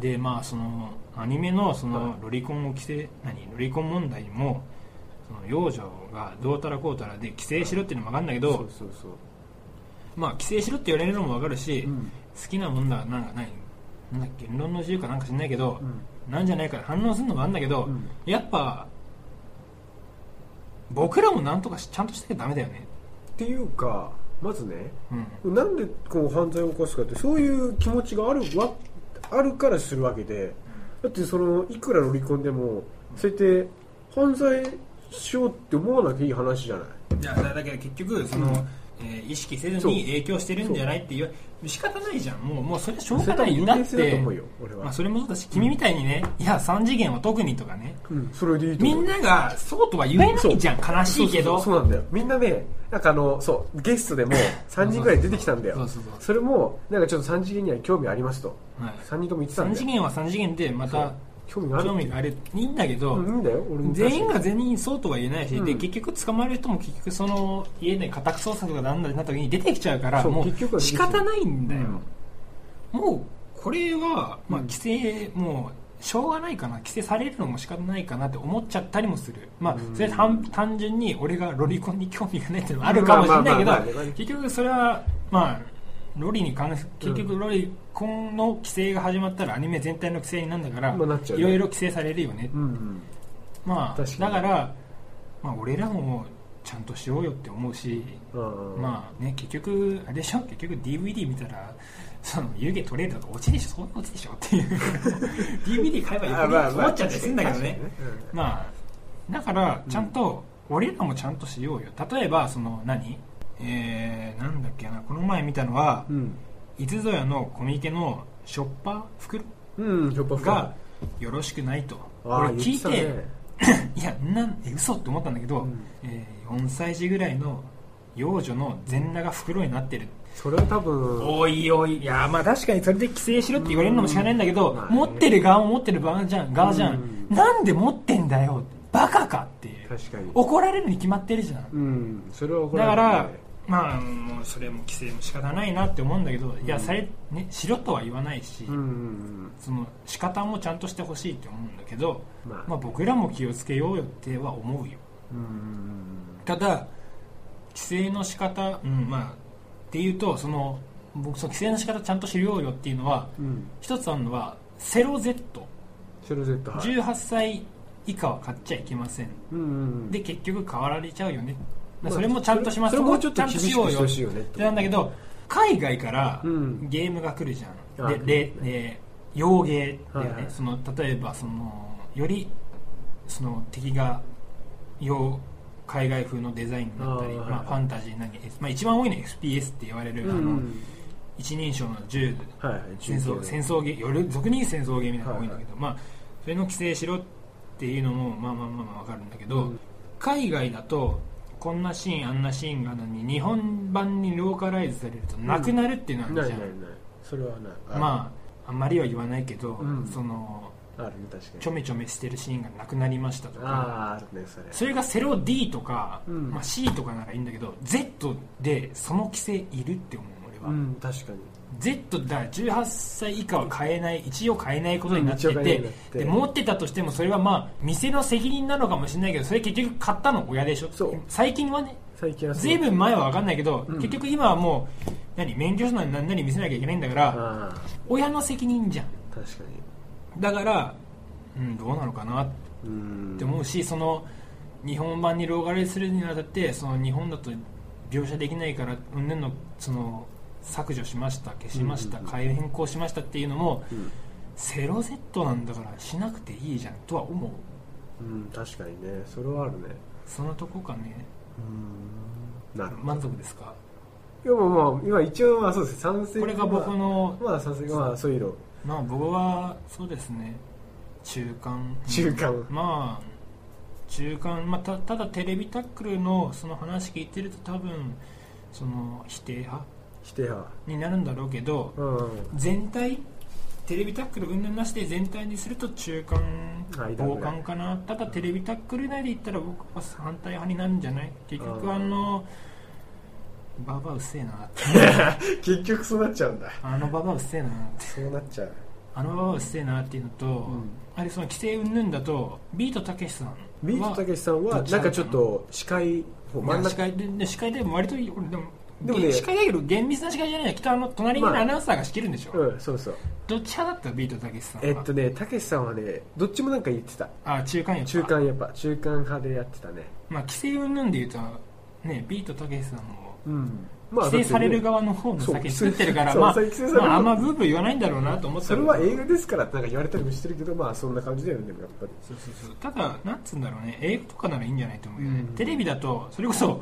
S1: でまあそのアニメのそ
S2: は
S1: の
S2: い
S1: ロリコンを規制何ロリコン問題もその幼女がどうたらこうたらで規制しろっていうのも分かるんだけ
S2: そ
S1: ど、
S2: うそうそう
S1: まあ規制しろって言われるのも分かるし、
S2: うん
S1: 好きなもんだなんかないなんだっけ言論の自由かなんか知んないけど
S2: う、ん
S1: なんじゃないか反論するのもあるんだけど、
S2: うん
S1: やっぱ僕らもなんとかしちゃんとしなきゃダメだよね
S2: っていうかまずね
S1: うん
S2: なんでこう犯罪を起こすかってそういう気持ちがあるわあるからするわけでだってそのいくらロリコンでもそうやって犯罪しようって思わなきゃいい話じゃない
S1: じゃあだだけど結局その、えー意識せず
S2: そう
S1: に影響してるんじゃないっていう仕方ないじゃんもうもうそれはしょう
S2: それ
S1: がな
S2: 多分
S1: い
S2: 人
S1: だっ
S2: 間性だと
S1: て
S2: 思うよ俺
S1: まあ、
S2: は
S1: それもそうだし君みたいにねいや3次元は特にとかね
S2: うんそれでいいと
S1: み
S2: 思うん
S1: ながそうとは言えないじゃん悲しいけど
S2: そうそうそうそうなんだよみんなねなんかあのそうゲストでも3人ぐらい出てきたんだ
S1: そう
S2: よ
S1: そうそう
S2: それもなんかちょっと3次元には興味ありますと
S1: はい
S2: 3人とも言ってたん
S1: 3
S2: だ
S1: 次
S2: よ
S1: 元は3次元でまた
S2: 興味がある
S1: 興味があれいいんだけど、
S2: うんいいんだよ俺も
S1: 全員が全員そうとは言えないし、
S2: うん
S1: で結局捕まえる人も結局その家で家宅捜索がなんだりなった時に出てきちゃうから
S2: そう
S1: も
S2: 結局は
S1: う
S2: 出て
S1: 仕
S2: きちゃう
S1: 方ないんだよ、もうこれは、まあ、規制、もうしょうがないかな規制されるのも仕方ないかなって思っちゃったりもする、まあ
S2: うん、
S1: それ単単純に俺がロリコンに興味がないっていうのもあるかもしれないけ
S2: まあまあまあまあまあ
S1: ど結局それはまあロリに関す結局ロリコンの規制が始まったらアニメ全体の規制になるんだから、
S2: まあなっちゃう
S1: い
S2: ね
S1: ろいろ規制されるよね、
S2: うんうん
S1: まあ、
S2: 確か
S1: だ
S2: に
S1: から、まあ、俺らもちゃんとしようよって思うし
S2: うん
S1: まあね結局あれでしょ結局 DVD 見たらその湯気取れるとか落ちでしょそういう落ちでしょっていう [laughs] DVD 買えばよく思っちゃったりするんだけどねまあだからちゃんと、俺らもちゃんとしようよ例えばその何えー、なんだっけなこの前見たのは
S2: うん
S1: いつぞやのコミケのショッパー袋
S2: うんひょっぱふ
S1: がよろしくないと
S2: あ
S1: 俺
S2: あ
S1: 聞
S2: 言っ
S1: い
S2: てた
S1: て
S2: ね
S1: いやなんえ嘘って思ったんだけど、
S2: うん
S1: えー4歳児ぐらいの幼女の全裸が袋になってる、
S2: それは多分
S1: おいおいいやまあ確かにそれで規制しろって言われるのもしかないんだけど、
S2: うんまあね
S1: 持ってる側も持ってる側じゃん側じゃん、
S2: う
S1: なんで持ってんだよバカかっていう
S2: 確かに
S1: 怒られるに決まってるじゃん
S2: うんそれは怒
S1: だ
S2: ら
S1: か
S2: れるね
S1: ら、まあもうそれも規制も仕方ないなって思うんだけど、いやされ、ね、しろとは言わないし、
S2: うんうん
S1: その仕方もちゃんとしてほしいって思うんだけど、
S2: うんまあ
S1: まあ、僕らも気をつけようよっては思うよ
S2: うんうん
S1: ただ規制の仕方うんまあっていうとその僕その規制の仕方ちゃんと知ようよっていうのは
S2: うんうん
S1: 一つあるのはセロ Z18
S2: シェルゼットはい
S1: 歳以下は買っちゃいけません
S2: うんうんうん
S1: で結局買わられちゃうよね
S2: まあ
S1: それもちゃんとします
S2: それ
S1: そ
S2: も
S1: こ
S2: う
S1: は
S2: ちょっ
S1: ち
S2: と
S1: ゃん
S2: 厳
S1: と
S2: しく
S1: し
S2: し
S1: よう
S2: て
S1: よ
S2: ほ
S1: っ
S2: しいよねって
S1: てなんだけど海外から
S2: うん
S1: ゲームが来るじゃん、
S2: あ
S1: で
S2: 来る
S1: れで洋芸だよね、
S2: はいはい
S1: その例えばそのよりその敵が洋海外風のデザインになったり
S2: あーはい
S1: まあ、ファンタジーなり、まあ、一番多いのは FPS って言われる、
S2: うんう
S1: あの
S2: ん
S1: 一人称の銃
S2: はいはい
S1: 戦争戦争ゲーより俗に言う戦争ゲーみたいなのが多いんだけど、まあ、それの規制しろっていうのもまあまあまあまあ分かるんだけど、
S2: うん
S1: 海外だとこんなシーンあんなシーンがあるのに日本版にローカライズされるとなくなるっていうのはあ
S2: な
S1: る
S2: い
S1: じゃ
S2: なんいないそれはない
S1: まああんまりは言わないけど、
S2: うん
S1: その
S2: あるね確かに
S1: ちょめちょめしてるシーンがなくなりましたとか
S2: あああるねそれ
S1: それがセロ D とか、
S2: うん
S1: まあ、C とかならいいんだけど Z でその規制いるって思う俺は、
S2: うん確かに
S1: Z だから18歳以下は買えない一応買えないことになって
S2: うん一応買え
S1: て
S2: ないこと
S1: で
S2: になって
S1: 持ってたとしてもそれはまあ店の責任なのかもしれないけどそれ結局買ったの親でしょ
S2: そう
S1: 最近はね
S2: 最近はそう
S1: ずいぶん前は分かんないけど、
S2: うん
S1: 結局今はもう何免許証なり何なり見せなきゃいけないんだから、
S2: ああ
S1: 親の責任じゃん
S2: 確かに
S1: だから、うん、どうなのかなっ
S2: う
S1: っ
S2: ん
S1: て思うしその日本版にローガレするにあたってその日本だと描写できないからうんぬんのその削除しました消しました
S2: うんうんうん
S1: 改変更しましたっていうのも
S2: うん、
S1: セロセットなんだからしなくていいじゃんとは思う
S2: うん、確かにねそれはあるね
S1: そのとこかね
S2: うんなるほ
S1: 満足ですか
S2: どいやまあまあ今一応まあそうですね賛成
S1: これが僕の
S2: まあ賛成まあそういうの
S1: まあ僕はそうですね中間
S2: 中間
S1: まあ中間、まあ、たただテレビタックルのその話聞いてると多分その否定派
S2: 否定派
S1: になるんだろうけど
S2: うん [laughs]
S1: 全体テレビタックル云々なしで全体にすると中間
S2: 間ぐらい
S1: 傍観かなただテレビタックル内で言ったら僕は反対派になるんじゃない結
S2: う
S1: 局
S2: ん
S1: あのババアうっせえなって
S2: 結局そうなっちゃうんだ
S1: あのババアうっせえなって
S2: そうなっちゃう
S1: あのババアうっせえなっていうのと、
S2: ん
S1: あれその規制云々だとビートたけしさんは
S2: ビートたけしさん
S1: ど
S2: は
S1: っちな
S2: なん
S1: の
S2: かちょっと司会方真ん
S1: 司
S2: 中
S1: 会でで司会でも割といい俺でも
S2: でもね
S1: 司会だけど厳密な司会じゃないよきっとあの隣にいる
S2: まあ
S1: アナウンサーが仕切るんでしょ、
S2: うんそうそう
S1: どっち派だったビートたけしさんは
S2: えっとねたけしさんはねどっちもなんか言ってた
S1: あ中間やった
S2: 中間やっぱ中間派でやってたね
S1: まあ、規制云々で言うと、ね、ビートたけしさんも、
S2: うんま
S1: 規制される側の方の先に作ってるから、まあ、
S2: そう規制される
S1: まあ、あんまブーブー言わないんだろうなと思った
S2: そ
S1: け
S2: れ
S1: ど
S2: は映画ですからってなんか言われたりもしてるけどまあそんな感じだよねでもやっぱり
S1: そうそうそう。ただ、なんつうんだろうね、映画とかならいいんじゃないと思うよね。
S2: うん
S1: テレビだと、それこそ、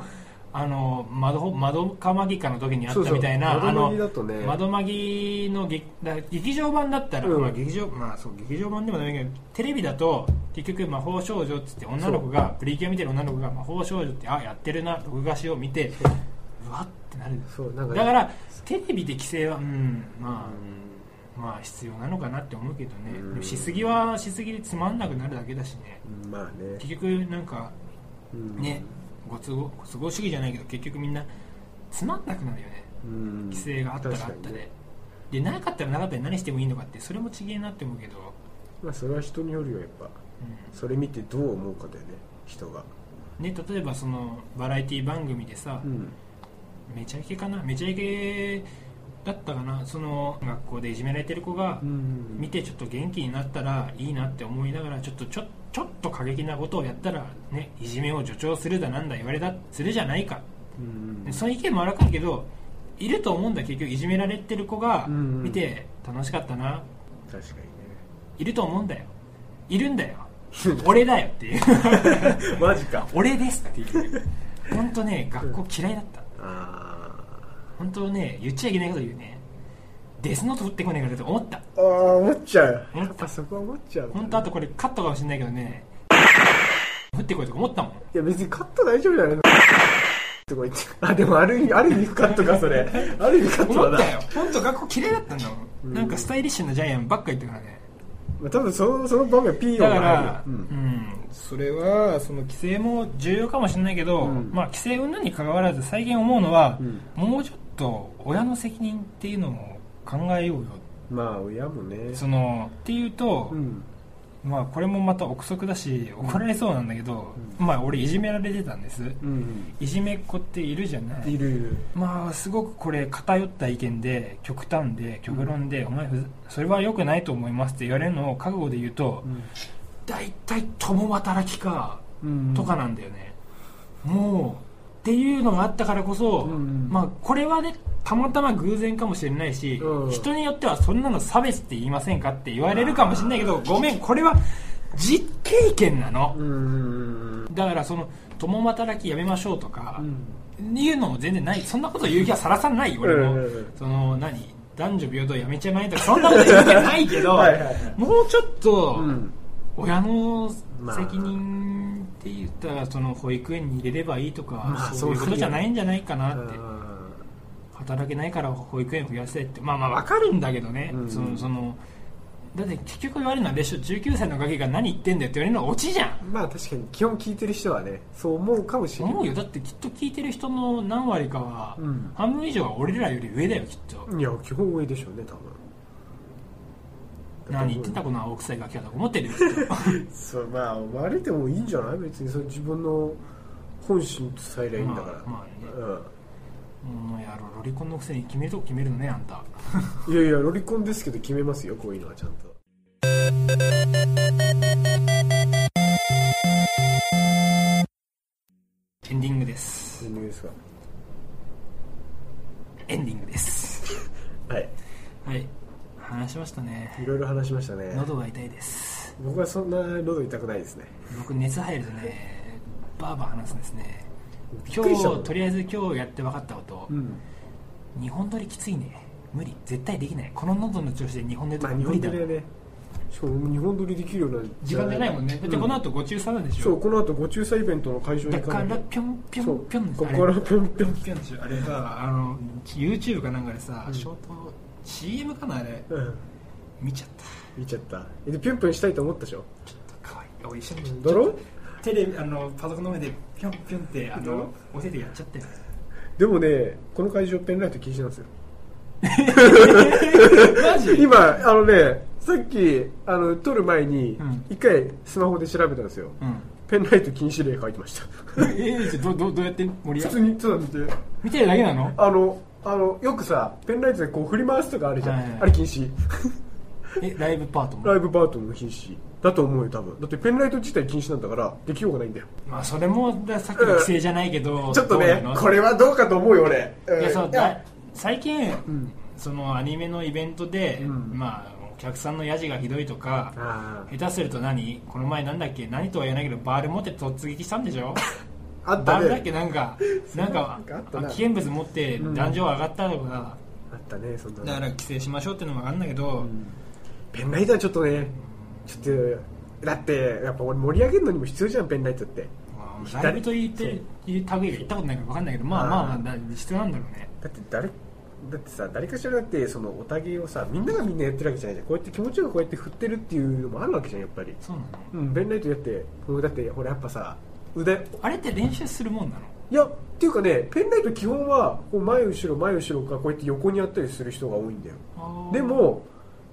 S1: あの、窓、窓かまぎかの時にあった
S2: そうそう
S1: みたいな、あ
S2: 窓
S1: の
S2: 紛、だとね
S1: 窓まぎの劇だ劇場版だったら、
S2: うん
S1: まあ劇場まあそう劇場版でもないけどテレビだと結局魔法少女っつって女の子がプリキュア見てる女の子が魔法少女ってあやってるな録画しを見てうわってなる
S2: そうなんかね
S1: だからテレビで規制はうんま
S2: う
S1: あまあ必要なのかなって思うけどね
S2: うん
S1: でもしすぎはしすぎでつまんなくなるだけだしね
S2: んまあね
S1: 結局なんか
S2: うん
S1: ねご都合ご都合主義じゃないけど結局みんなつまんなくなるよね
S2: うん
S1: 規制があったらあった
S2: 確か
S1: で、
S2: にね
S1: でなかったらなかったで何してもいいのかってそれもちげえなって思うけど、
S2: まあそれは人によるよやっぱ
S1: う
S2: それ見てどう思うかだよね人が
S1: ん、ね例えばそのバラエティ番組でさ、
S2: うん
S1: めちゃイケかなめちゃイケだったかなその学校でいじめられてる子が
S2: うん
S1: 見てちょっと元気になったらいいなって思いながらちょっとちょちょっと過激なことをやったら、ね、いじめを助長するだなんだ言われたするじゃないか、
S2: うん
S1: でその意見もあらかんけどいると思うんだ結局いじめられてる子が
S2: うんうん
S1: 見て楽しかったな、
S2: 確か
S1: いると思うんだよいるんだよ
S2: にね
S1: 俺だよっていう [laughs]
S2: [laughs] マジか
S1: 俺ですっていう本当ね学校嫌いだった
S2: あ
S1: 本当ね言っちゃいけないこと言うねデスノート降ってこないからと思った
S2: ーあー思っちゃう
S1: 思った
S2: やっぱそこは思っちゃう
S1: 本当あとこれカットかもしれないけどね降ってこいとか思ったもん
S2: いや別にカット大丈夫じゃないのとか言ってあでもある意味ある意味カットかそれある意味カット
S1: 思
S2: だ
S1: った
S2: な
S1: よ本当学校嫌いだったんだもん、
S2: うん
S1: なんかスタイリッシュなジャイアンばっか言ってからね
S2: まあ多分そのその場面はピーヨ
S1: だ
S2: ン
S1: か
S2: が入る
S1: ら、う
S2: うんん
S1: それはその規制も重要かもしれないけど、
S2: うん
S1: まあ、規制云々に関わらず最近思うのは、
S2: うん
S1: もうちょっと親の責任っていうのも考えようよ
S2: まあ親もね
S1: そのっていうと、
S2: うん
S1: まあ、これもまた憶測だし怒られそうなんだけど、まあ、俺いじめられてたんです
S2: うん
S1: いじめっ子っているじゃない
S2: いるいる
S1: まあすごくこれ偏った意見で極端で極論で、お前ふざそれは良くないと思いますって言われるのを覚悟で言うと、大体共働きか
S2: うん
S1: とかなんだよね、もうっていうのがあったからこそ、
S2: うんうん
S1: まあ、これはねたまたま偶然かもしれないし、
S2: うん
S1: 人によってはそんなの差別って言いませんかって言われるかもしれないけどごめんこれは実経験なの、
S2: うん
S1: だからその共働きやめましょうとか、
S2: うん
S1: いうのも全然ないそんなこと言う気はさらさらないよ俺も、
S2: うんうんうん
S1: その何男女平等やめちゃいまえとかそんなこと言う気はないけど
S2: はいはいはい
S1: もうちょっと、
S2: うん
S1: 親の責任って言ったらその保育園に入れればいいとか、
S2: まあ
S1: そういう
S2: そう
S1: ことじゃないんじゃないか
S2: あ
S1: なって
S2: ー
S1: 働けないから保育園増やせってまあまあわかるんだけどね、
S2: うん
S1: そのそのだって結局言われるのはでしょ19歳のガキが何言ってんだよって言われるのはオチじゃん
S2: まあ確かに基本聞いてる人はねそう思うかもしれない
S1: 思うよだってきっと聞いてる人の何割かは、
S2: うん
S1: 半分以上は俺らより上だよきっと、
S2: いや基本上でしょうね多分
S1: 何言ってたこの青臭いガキはとか思
S2: [laughs]
S1: ってるよきっと
S2: そうまあ悪いでもいいんじゃない別にそれ自分の本心と伝えりゃいいんだから、
S1: まあま
S2: う
S1: もうやろロリコンのくせに決めるとこ決めるのねあんた
S2: ん、いやいやロリコンですけど決めますよこういうのはちゃんと
S1: エンディングです
S2: 全然ですか
S1: エンディングです
S2: はい
S1: はい話しましたね
S2: いろいろ話しましたね
S1: 喉が痛いです
S2: 僕はそんな喉痛くないですね
S1: 僕熱入るとねバーバー話すんですね
S2: びっ
S1: 今
S2: くりしたも
S1: 日
S2: ん
S1: とりあえず今日やって分かったこと、
S2: うん
S1: 日本撮りきついね無理絶対できないこの喉の調子で日本撮りと
S2: ま
S1: か
S2: あ日
S1: 無理だ
S2: 本撮
S1: もん、
S2: りはねしかも日本撮りできるような
S1: 時間じゃないもんねだってこの後ご中佐なんでし
S2: そ
S1: ょ
S2: うこの後ご仲裁イベントの会場に
S1: だ
S2: 行か
S1: か
S2: な
S1: ら
S2: い
S1: ぴょんぴょ
S2: そうん
S1: ぴょんです
S2: こ
S1: あ
S2: こ
S1: れ
S2: からピョンピョン
S1: ぴょんですよあれさあの YouTube かなんかでさ、
S2: うん
S1: ショート CM かなあれ
S2: うん
S1: 見ちゃった
S2: 見ちゃったでピョンピョンしたいと思ったでしょ
S1: ちょっとかわいいおい一緒に
S2: だろ
S1: テレビあのパソコンの前でぴょんぴょんってあ
S2: だ
S1: の
S2: ろ
S1: お手でやっちゃったよ
S2: でもねこの会場ペンライト禁止なんですよ
S1: [laughs] マジ
S2: 今あのねさっきあの撮る前に
S1: うん
S2: 一回スマホで調べたんですよ、
S1: うん
S2: ペンライト禁止令書いてました
S1: [laughs] えー、じゃあどどどうやって盛り
S2: 普
S1: 上
S2: 通にそうだって
S1: 見てるだけなの
S2: あのあのよくさペンライトでこう振り回すとかあるじゃん、
S1: はいはい
S2: あれ禁止
S1: えライブパートも
S2: ライブパートも禁止だと思うよ多分だってペンライト自体禁止なんだからできようがないんだよ
S1: まあそれもださっきの規制じゃないけど、
S2: ちょっと
S1: どう
S2: ね
S1: なの
S2: これはどうかと思うよ俺うん
S1: いやそうだ最近、
S2: うん
S1: そのアニメのイベントで、
S2: うん
S1: まあお客さんのヤジがひどいとか
S2: あ
S1: 下手すると何この前なんだっけ何とは言えないけどバール持って突撃したんでしょ
S2: ああっ
S1: バ
S2: た
S1: ールだっ
S2: ね
S1: けなんかなんか
S2: なんかあったな
S1: 危険物持って壇上上がったとか、
S2: あったねそんなの
S1: だから規制しましょうってのもあるんだけど、
S2: うんペンライトはちょっとねちょっとだってやっぱ俺盛り上げるのにも必要じゃんペンライトって
S1: まあライブと言っていう類が行ったことないから分かんないけどまあ
S2: あー
S1: まあまあだ必要なんだろうね
S2: だって誰だってさ誰かしらだってそのおたげをさみんながみんなやってるわけじゃないじゃんこうやって気持ちよくこうやって振ってるっていうのもあるわけじゃんやっぱり
S1: そうなの
S2: うんペンライトやってもうだってほらやっぱさ腕
S1: あれって練習するもんなの
S2: いやっていうかねペンライト基本はこう前後ろ前後ろかこうやって横にやったりする人が多いんだよでも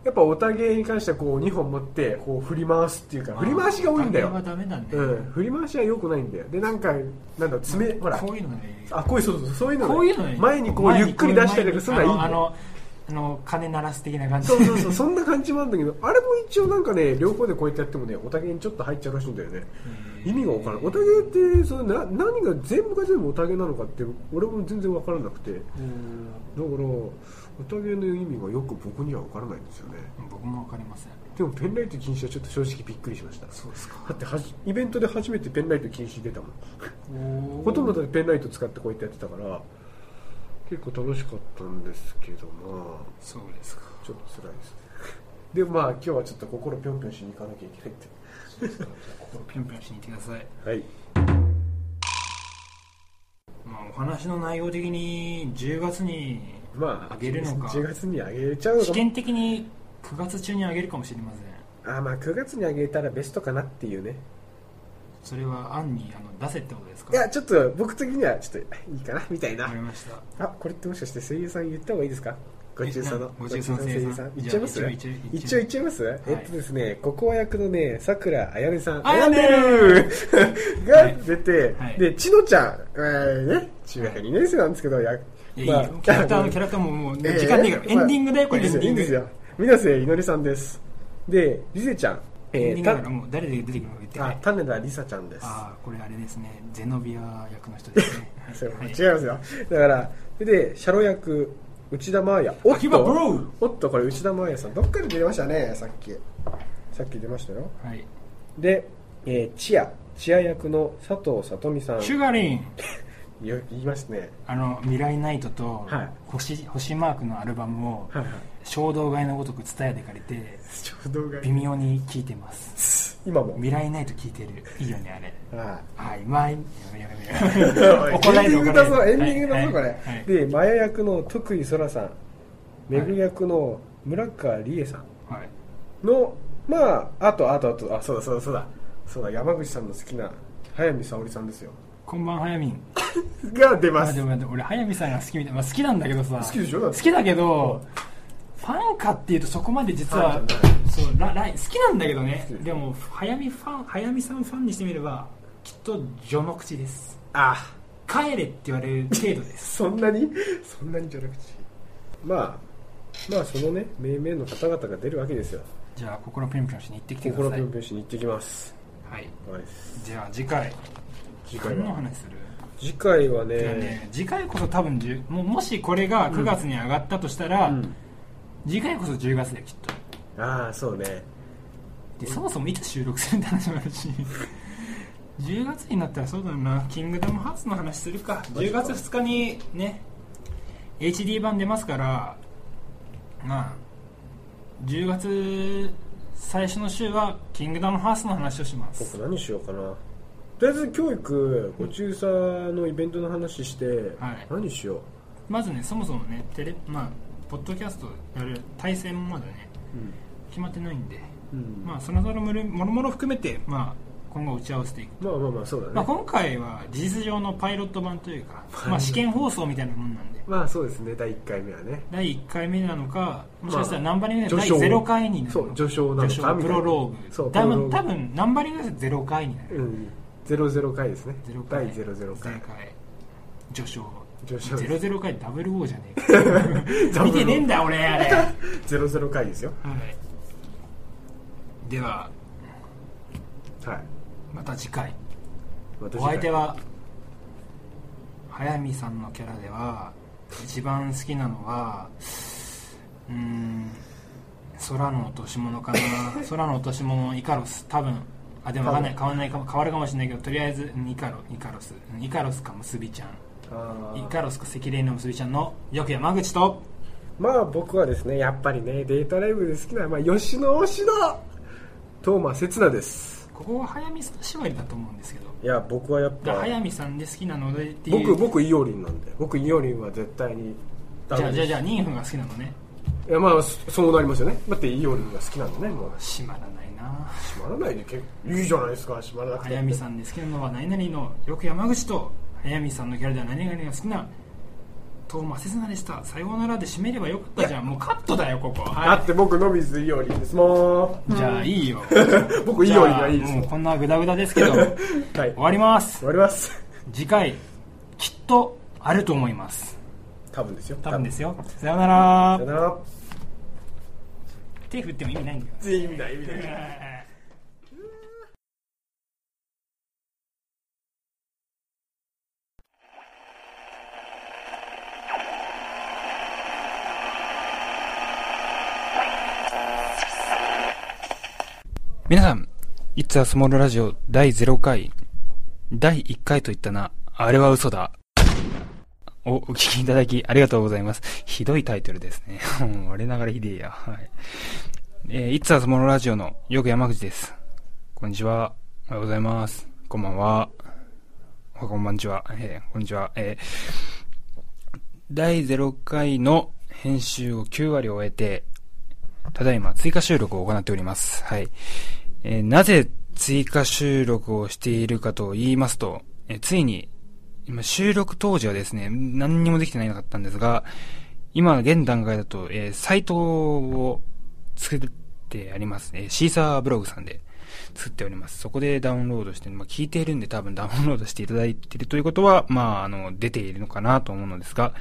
S2: やっぱおたげに関してはこう2本持ってこう振り回すっていうか振り回しが多いんだ
S1: あー
S2: よ
S1: ダメはダメだね、
S2: うん、振り回しは良くないんだよでなんかなんだ爪ほら
S1: こういうのね
S2: あこういうそうそうそういうのね
S1: こういうのね
S2: 前にこうゆっくり出したりとかするのはいいんだ
S1: あ
S2: よ
S1: のあのあの鐘鳴らす的な感じ
S2: そうそうそう、そんな感じもあるんだけど、あれも一応なんかね、両方でこうやってやってもね、おたげにちょっと入っちゃうらしいんだよね。
S1: へー
S2: 意味がわからない。おたげって、そのな何が全部が全部おたげなのかって、俺も全然わからなくて。だから、おたげの意味がよく僕にはわからないんですよね。
S1: 僕もわかりません
S2: でもペンライト禁止はちょっと正直びっくりしました。
S1: そうですか
S2: だってはじイベントで初めてペンライト禁止出たもん。
S1: ほ
S2: ほとんどだってペンライト使ってこうやってやってたから、結構楽しかったんですけど、まあ。
S1: そうですか
S2: ちょっと辛いですね。 [laughs] でまあ今日はちょっと心ぴょんぴょんしに行かなきゃいけないって。
S1: 心ピョンピョンしに行ってください、
S2: はい。
S1: まあ、お話の内容的に10月に
S2: まあ
S1: あげるのか
S2: 10月にあげちゃうの
S1: 試
S2: か。
S1: 験的に9月中にあげるかもしれません
S2: あまあ9月にあげたらベストかなっていうね。
S1: それは案にあの出せってことですか
S2: いやちょっと僕的にはちょっといいかなみたい
S1: わ
S2: な
S1: かり。ました
S2: あこれってもしかして声優さん言った方がいいですか？ご中佐の
S1: えご中佐の声優さん
S2: 言っちゃいます
S1: じゃあ一応一応？一応
S2: 一応言っちゃいます？えっとですね、ここは役のねさくらあやねさん、
S1: あやね
S2: ーが出て
S1: はい、
S2: でちのちゃん、えーね中学2年生なんですけどや、
S1: いやいいよキャラクターのキャラクターももう時間ねえから、
S2: えー
S1: エンディングだよこれ
S2: いい
S1: エ
S2: です
S1: ンディング
S2: いいですよ水瀬いのりさんですでリゼちゃん、
S1: エンデ
S2: え
S1: ィン
S2: ー、
S1: グだからもう誰で出てくるのか言って
S2: た
S1: は
S2: あ
S1: い
S2: 種田りさちゃんです
S1: ああこれあれですねゼノビア役の人ですね
S2: それ違い
S1: はい
S2: ますよ、だからででシャロ役内田真彩おっ
S1: 秋葉
S2: と
S1: ブロ
S2: おっとこれ内田真彩さんどっかで出ましたねさっきさっき出ましたよ
S1: はい
S2: で、えー、チアチア役の佐藤さとみさん
S1: シュガリン
S2: よ言いますね
S1: あの未来ナイトと
S2: はい
S1: 星,、星マークのアルバムを
S2: はいはい
S1: 衝動買いのごとく伝えで借りて
S2: ちょうどが
S1: 微妙に聴いてます
S2: 今も
S1: 未来ナイト聴いてるいいよねあれ
S2: はい
S1: はいまあ
S2: [laughs]
S1: やめやめ
S2: エンデ
S1: やめ [laughs] 怒られる
S2: ィングだぞ、
S1: 怒られ
S2: エン
S1: る
S2: ディングだぞ、こ
S1: はい
S2: れ
S1: はい。
S2: で、マヤ役の徳井そらさん、めぐり役の村川理恵さん、
S1: はいはい
S2: のまああとあとあとあそうだそうだそうだそうだ山口さんの好きな早見沙織さんですよ
S1: こんばんはやみん
S2: が出ま
S1: あ
S2: す
S1: でも待って俺早見さんが好きみたい、まあ、好きなんだけどさ
S2: 好きでしょだっ
S1: 好
S2: て
S1: きだけどファンかっていうとそこまで実は
S2: ファンじゃない
S1: そうラライ好きなんだけどね
S2: 好きです
S1: でも早見ファン早見さんファンにしてみればきっと序の口です
S2: あ
S1: 帰れって言われる程度です
S2: そんなにそんなにじゃなくてまあまあそのね命名の方々が出るわけですよ
S1: [laughs] じゃあ心ぴょんぴょんしに行ってきてく
S2: 心
S1: ださ
S2: ぴ
S1: い
S2: ょんぴょんしに行ってきます
S1: はい
S2: はい
S1: じゃあ次回
S2: 次回
S1: 何の
S2: は
S1: 話する、
S2: 次回はね
S1: いやね次回こそ多分10もうもしこれが9月に上がったとしたら、
S2: うん
S1: 次回こそ10月だよきっと
S2: ああそうね
S1: でそもそもいつ収録するって話もあるし10月になったらそうだな「キングダムハーツ」の話するか
S2: マジ
S1: 10
S2: か
S1: 月2日にね HD 版出ますからまあ10月最初の週は「キングダムハーツ」の話をします
S2: 僕何しようかなとりあえず教育ご中佐のイベントの話して、
S1: はい
S2: 何しよう
S1: まずねそもそもねテレまあポッドキャストやる対戦もまだね決まってないんで
S2: うんま
S1: まあそのぞろもろもろもろ含めてまあ今後打ち合わせていく
S2: あまあまあそうだね、
S1: ま
S2: ま
S1: あ、
S2: あ、
S1: 今回は事実上のパイロット版というか
S2: イロッ、ト
S1: まあ、試験放送みたいなもんなんで
S2: そうですね第1回目はね
S1: 第1回目なのかもしかしたらナンバリングで
S2: まあ
S1: 第
S2: 序章
S1: 0回になる
S2: そ
S1: の
S2: う
S1: か
S2: 序章なの
S1: 序
S2: か
S1: 章
S2: み
S1: プ
S2: たいな
S1: ロロ
S2: そ
S1: ー
S2: う
S1: グ
S2: プロ
S1: 多
S2: ローグ
S1: 分多分ナンバリングで0回になる
S2: うん00回ですね
S1: 0回
S2: 第00回
S1: 0回序章
S2: 序章です
S1: 00回ダブルオーじゃね
S2: [laughs]
S1: えか [laughs] 見てねえんだ俺あれ、は
S2: 00回ですよ
S1: い、では
S2: はい
S1: また次回
S2: 私
S1: お相手は早見さんのキャラでは一番好きなのはうーん空の落とし物
S2: [laughs]
S1: かな空の落とし物イカロス多分あでも分かんない変わらないかも変わるかもしれないけどとりあえずうんイカロイカロスうんイカロスか結びちゃん
S2: あ
S1: イ
S2: ー
S1: カロスか赤霊の結びちゃんのよく山口と
S2: まあ僕はですねやっぱりねデータライブで好きな、まあ、吉野推しのトーマ刹那です
S1: ここは早見さん縛りだと思うんですけど
S2: いや僕はやっ
S1: だから
S2: ぱ
S1: 早見さんで好きなのでっていう
S2: 僕僕イオリンなんで僕イオリンは絶対にダ
S1: じゃ
S2: メ
S1: あ
S2: です
S1: じゃあじゃあ妊婦が好きなのね
S2: いやまあそそうなりますよねだってイオリンが好きなのねもう
S1: 閉まらないな
S2: 閉まらないで結構いいじゃないですか閉まらなくて
S1: 早見さんで好きなのは何々のよく山口と早見さんのキャラでは何々が好きな東間刹那でしたさようならで締めればよかったじゃんもうカットだよここ
S2: だ
S1: は
S2: って僕の水イオリンですも
S1: いじゃあいいよ
S2: ん僕イオリンがいいで
S1: じゃ
S2: す
S1: あ
S2: も
S1: もうんこんなグダグダですけど終
S2: はい終
S1: わります
S2: わります
S1: 次回きっとあると思います
S2: 多分ですよ
S1: 多分です
S2: よ
S1: よさようなら
S2: さよなら
S1: 手振っても意味ないんだよ
S2: 意味ない意味ない
S1: 皆さん、いつはスモールラジオ第0回、第1回といったな、あれは嘘だ。をお聞きいただきありがとうございます。ひどいタイトルですね。 [laughs] もう我ながらひでえや。はい。えー、いつはスモールラジオのよく山口です。こんにちは。おはようございます。こんばんは。おはこんばんちは。えー、こんにちは。えー第0回の編集を9割終えて、ただいま追加収録を行っております。はい。えーなぜ追加収録をしているかと言いますと、えーついに、今収録当時はですね、何にもできてないなかったんですが、今現段階だと、えーサイトを作ってあります、えーシーサーブログさんで作っております。そこでダウンロードして、まあ、聞いているんで多分ダウンロードしていただいているということは、まあ、あの、出ているのかなと思うのですが、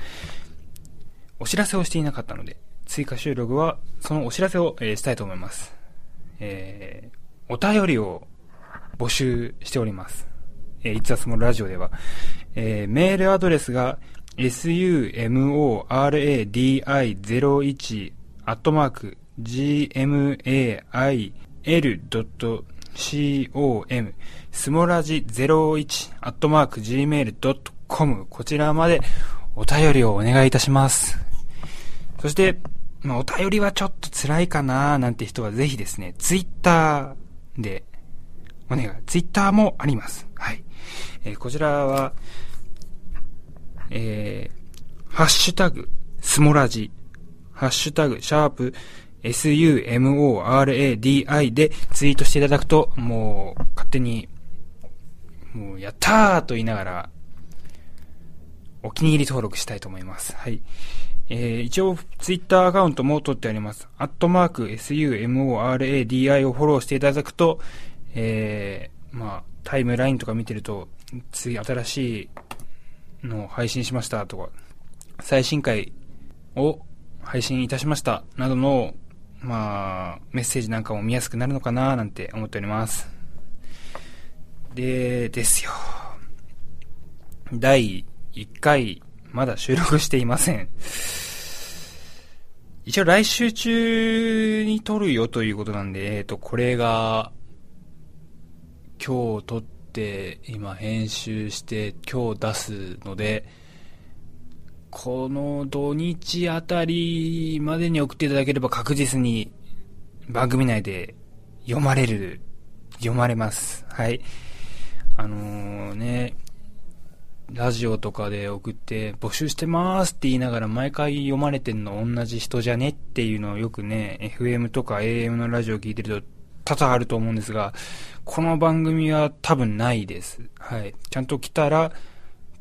S1: お知らせをしていなかったので、追加収録はそのお知らせを、えーしたいと思います。えーお便りを募集しております。えー、いつはスモールラジオでは、えーメールアドレスが sumoradi01 アットマーク gmail.com スモラジ01アットマーク gmail.com こちらまでお便りをお願いいたします。そして、まあ、お便りはちょっと辛いかななんて人はぜひですね、ツイッターで、お願い。ツイッターもあります。はい。えーこちらは、えーハッシュタグ、スモラジ、ハッシュタグ、シャープ、 sumoradi でツイートしていただくと、もう、勝手に、もう、やったーと言いながら、お気に入り登録したいと思います。はい。えー一応、ツイッターアカウントも取ってあります。アットマーク、sumoradi をフォローしていただくと、えーまあ、タイムラインとか見てると、次新しいのを配信しましたとか、最新回を配信いたしましたなどの、まあ、メッセージなんかも見やすくなるのかななんて思っております。で、ですよ。第1回、まだ収録していません。一応来週中に撮るよということなんで、えっ、と、これが、今日撮って、今編集して、今日出すので、この土日あたりまでに送っていただければ確実に番組内で読まれる、読まれます。はい。あのーね、ラジオとかで送って募集してますって言いながら毎回読まれてんの同じ人じゃねっていうのをよくね、FM とか AM のラジオ聞いてると多々あると思うんですが、この番組は多分ないです。はい。ちゃんと来たら、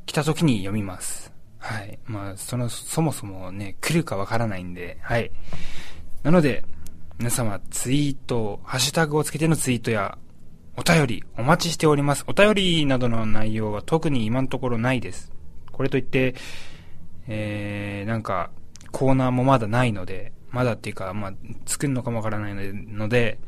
S1: 来た時に読みます。はい。まあ、その、そもそもね、来るかわからないんで、はい。なので、皆様、ツイート、ハッシュタグをつけてのツイートや、お便り、お待ちしております。お便りなどの内容は特に今のところないです。これといって、えー、なんか、コーナーもまだないので、まだっていうか、まあ、作るのかもわからないので、ので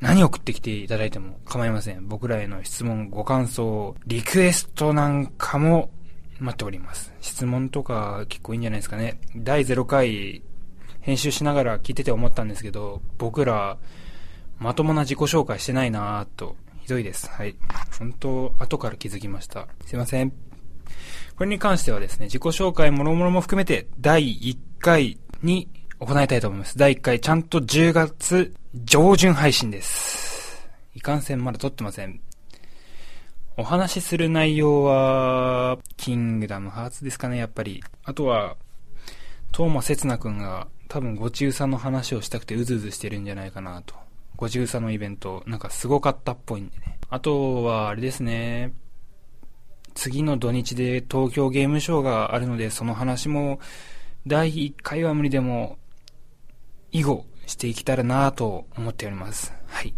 S1: 何送ってきていただいても構いません。僕らへの質問、ご感想、リクエストなんかも待っております。質問とか結構いいんじゃないですかね。第0回編集しながら聞いてて思ったんですけど、僕らまともな自己紹介してないなぁと、ひどいです。はい。本当、後から気づきました。すいません。これに関してはですね、自己紹介もろもろも含めて、第1回に行いたいと思います。第1回、ちゃんと10月上旬配信です。いかんせんまだ撮ってません。お話しする内容は、キングダムハーツですかね、やっぱり。あとは、東間刹那くんが、多分ご中さんの話をしたくてうずうずしてるんじゃないかなと。ご中さんのイベント、なんかすごかったっぽいんでね。あとは、あれですね。次の土日で東京ゲームショウがあるので、その話も、第1回は無理でも、以後、していけたらなぁと思っております。はい。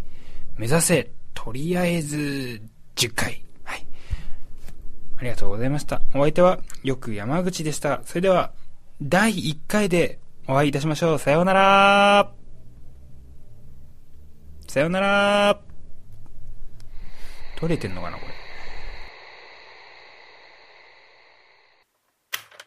S1: 目指せ、とりあえず、10回。はい。ありがとうございました。お相手は、よく山口でした。それでは、第1回でお会いいたしましょう。さようならさようなら取れてんのかな、これ。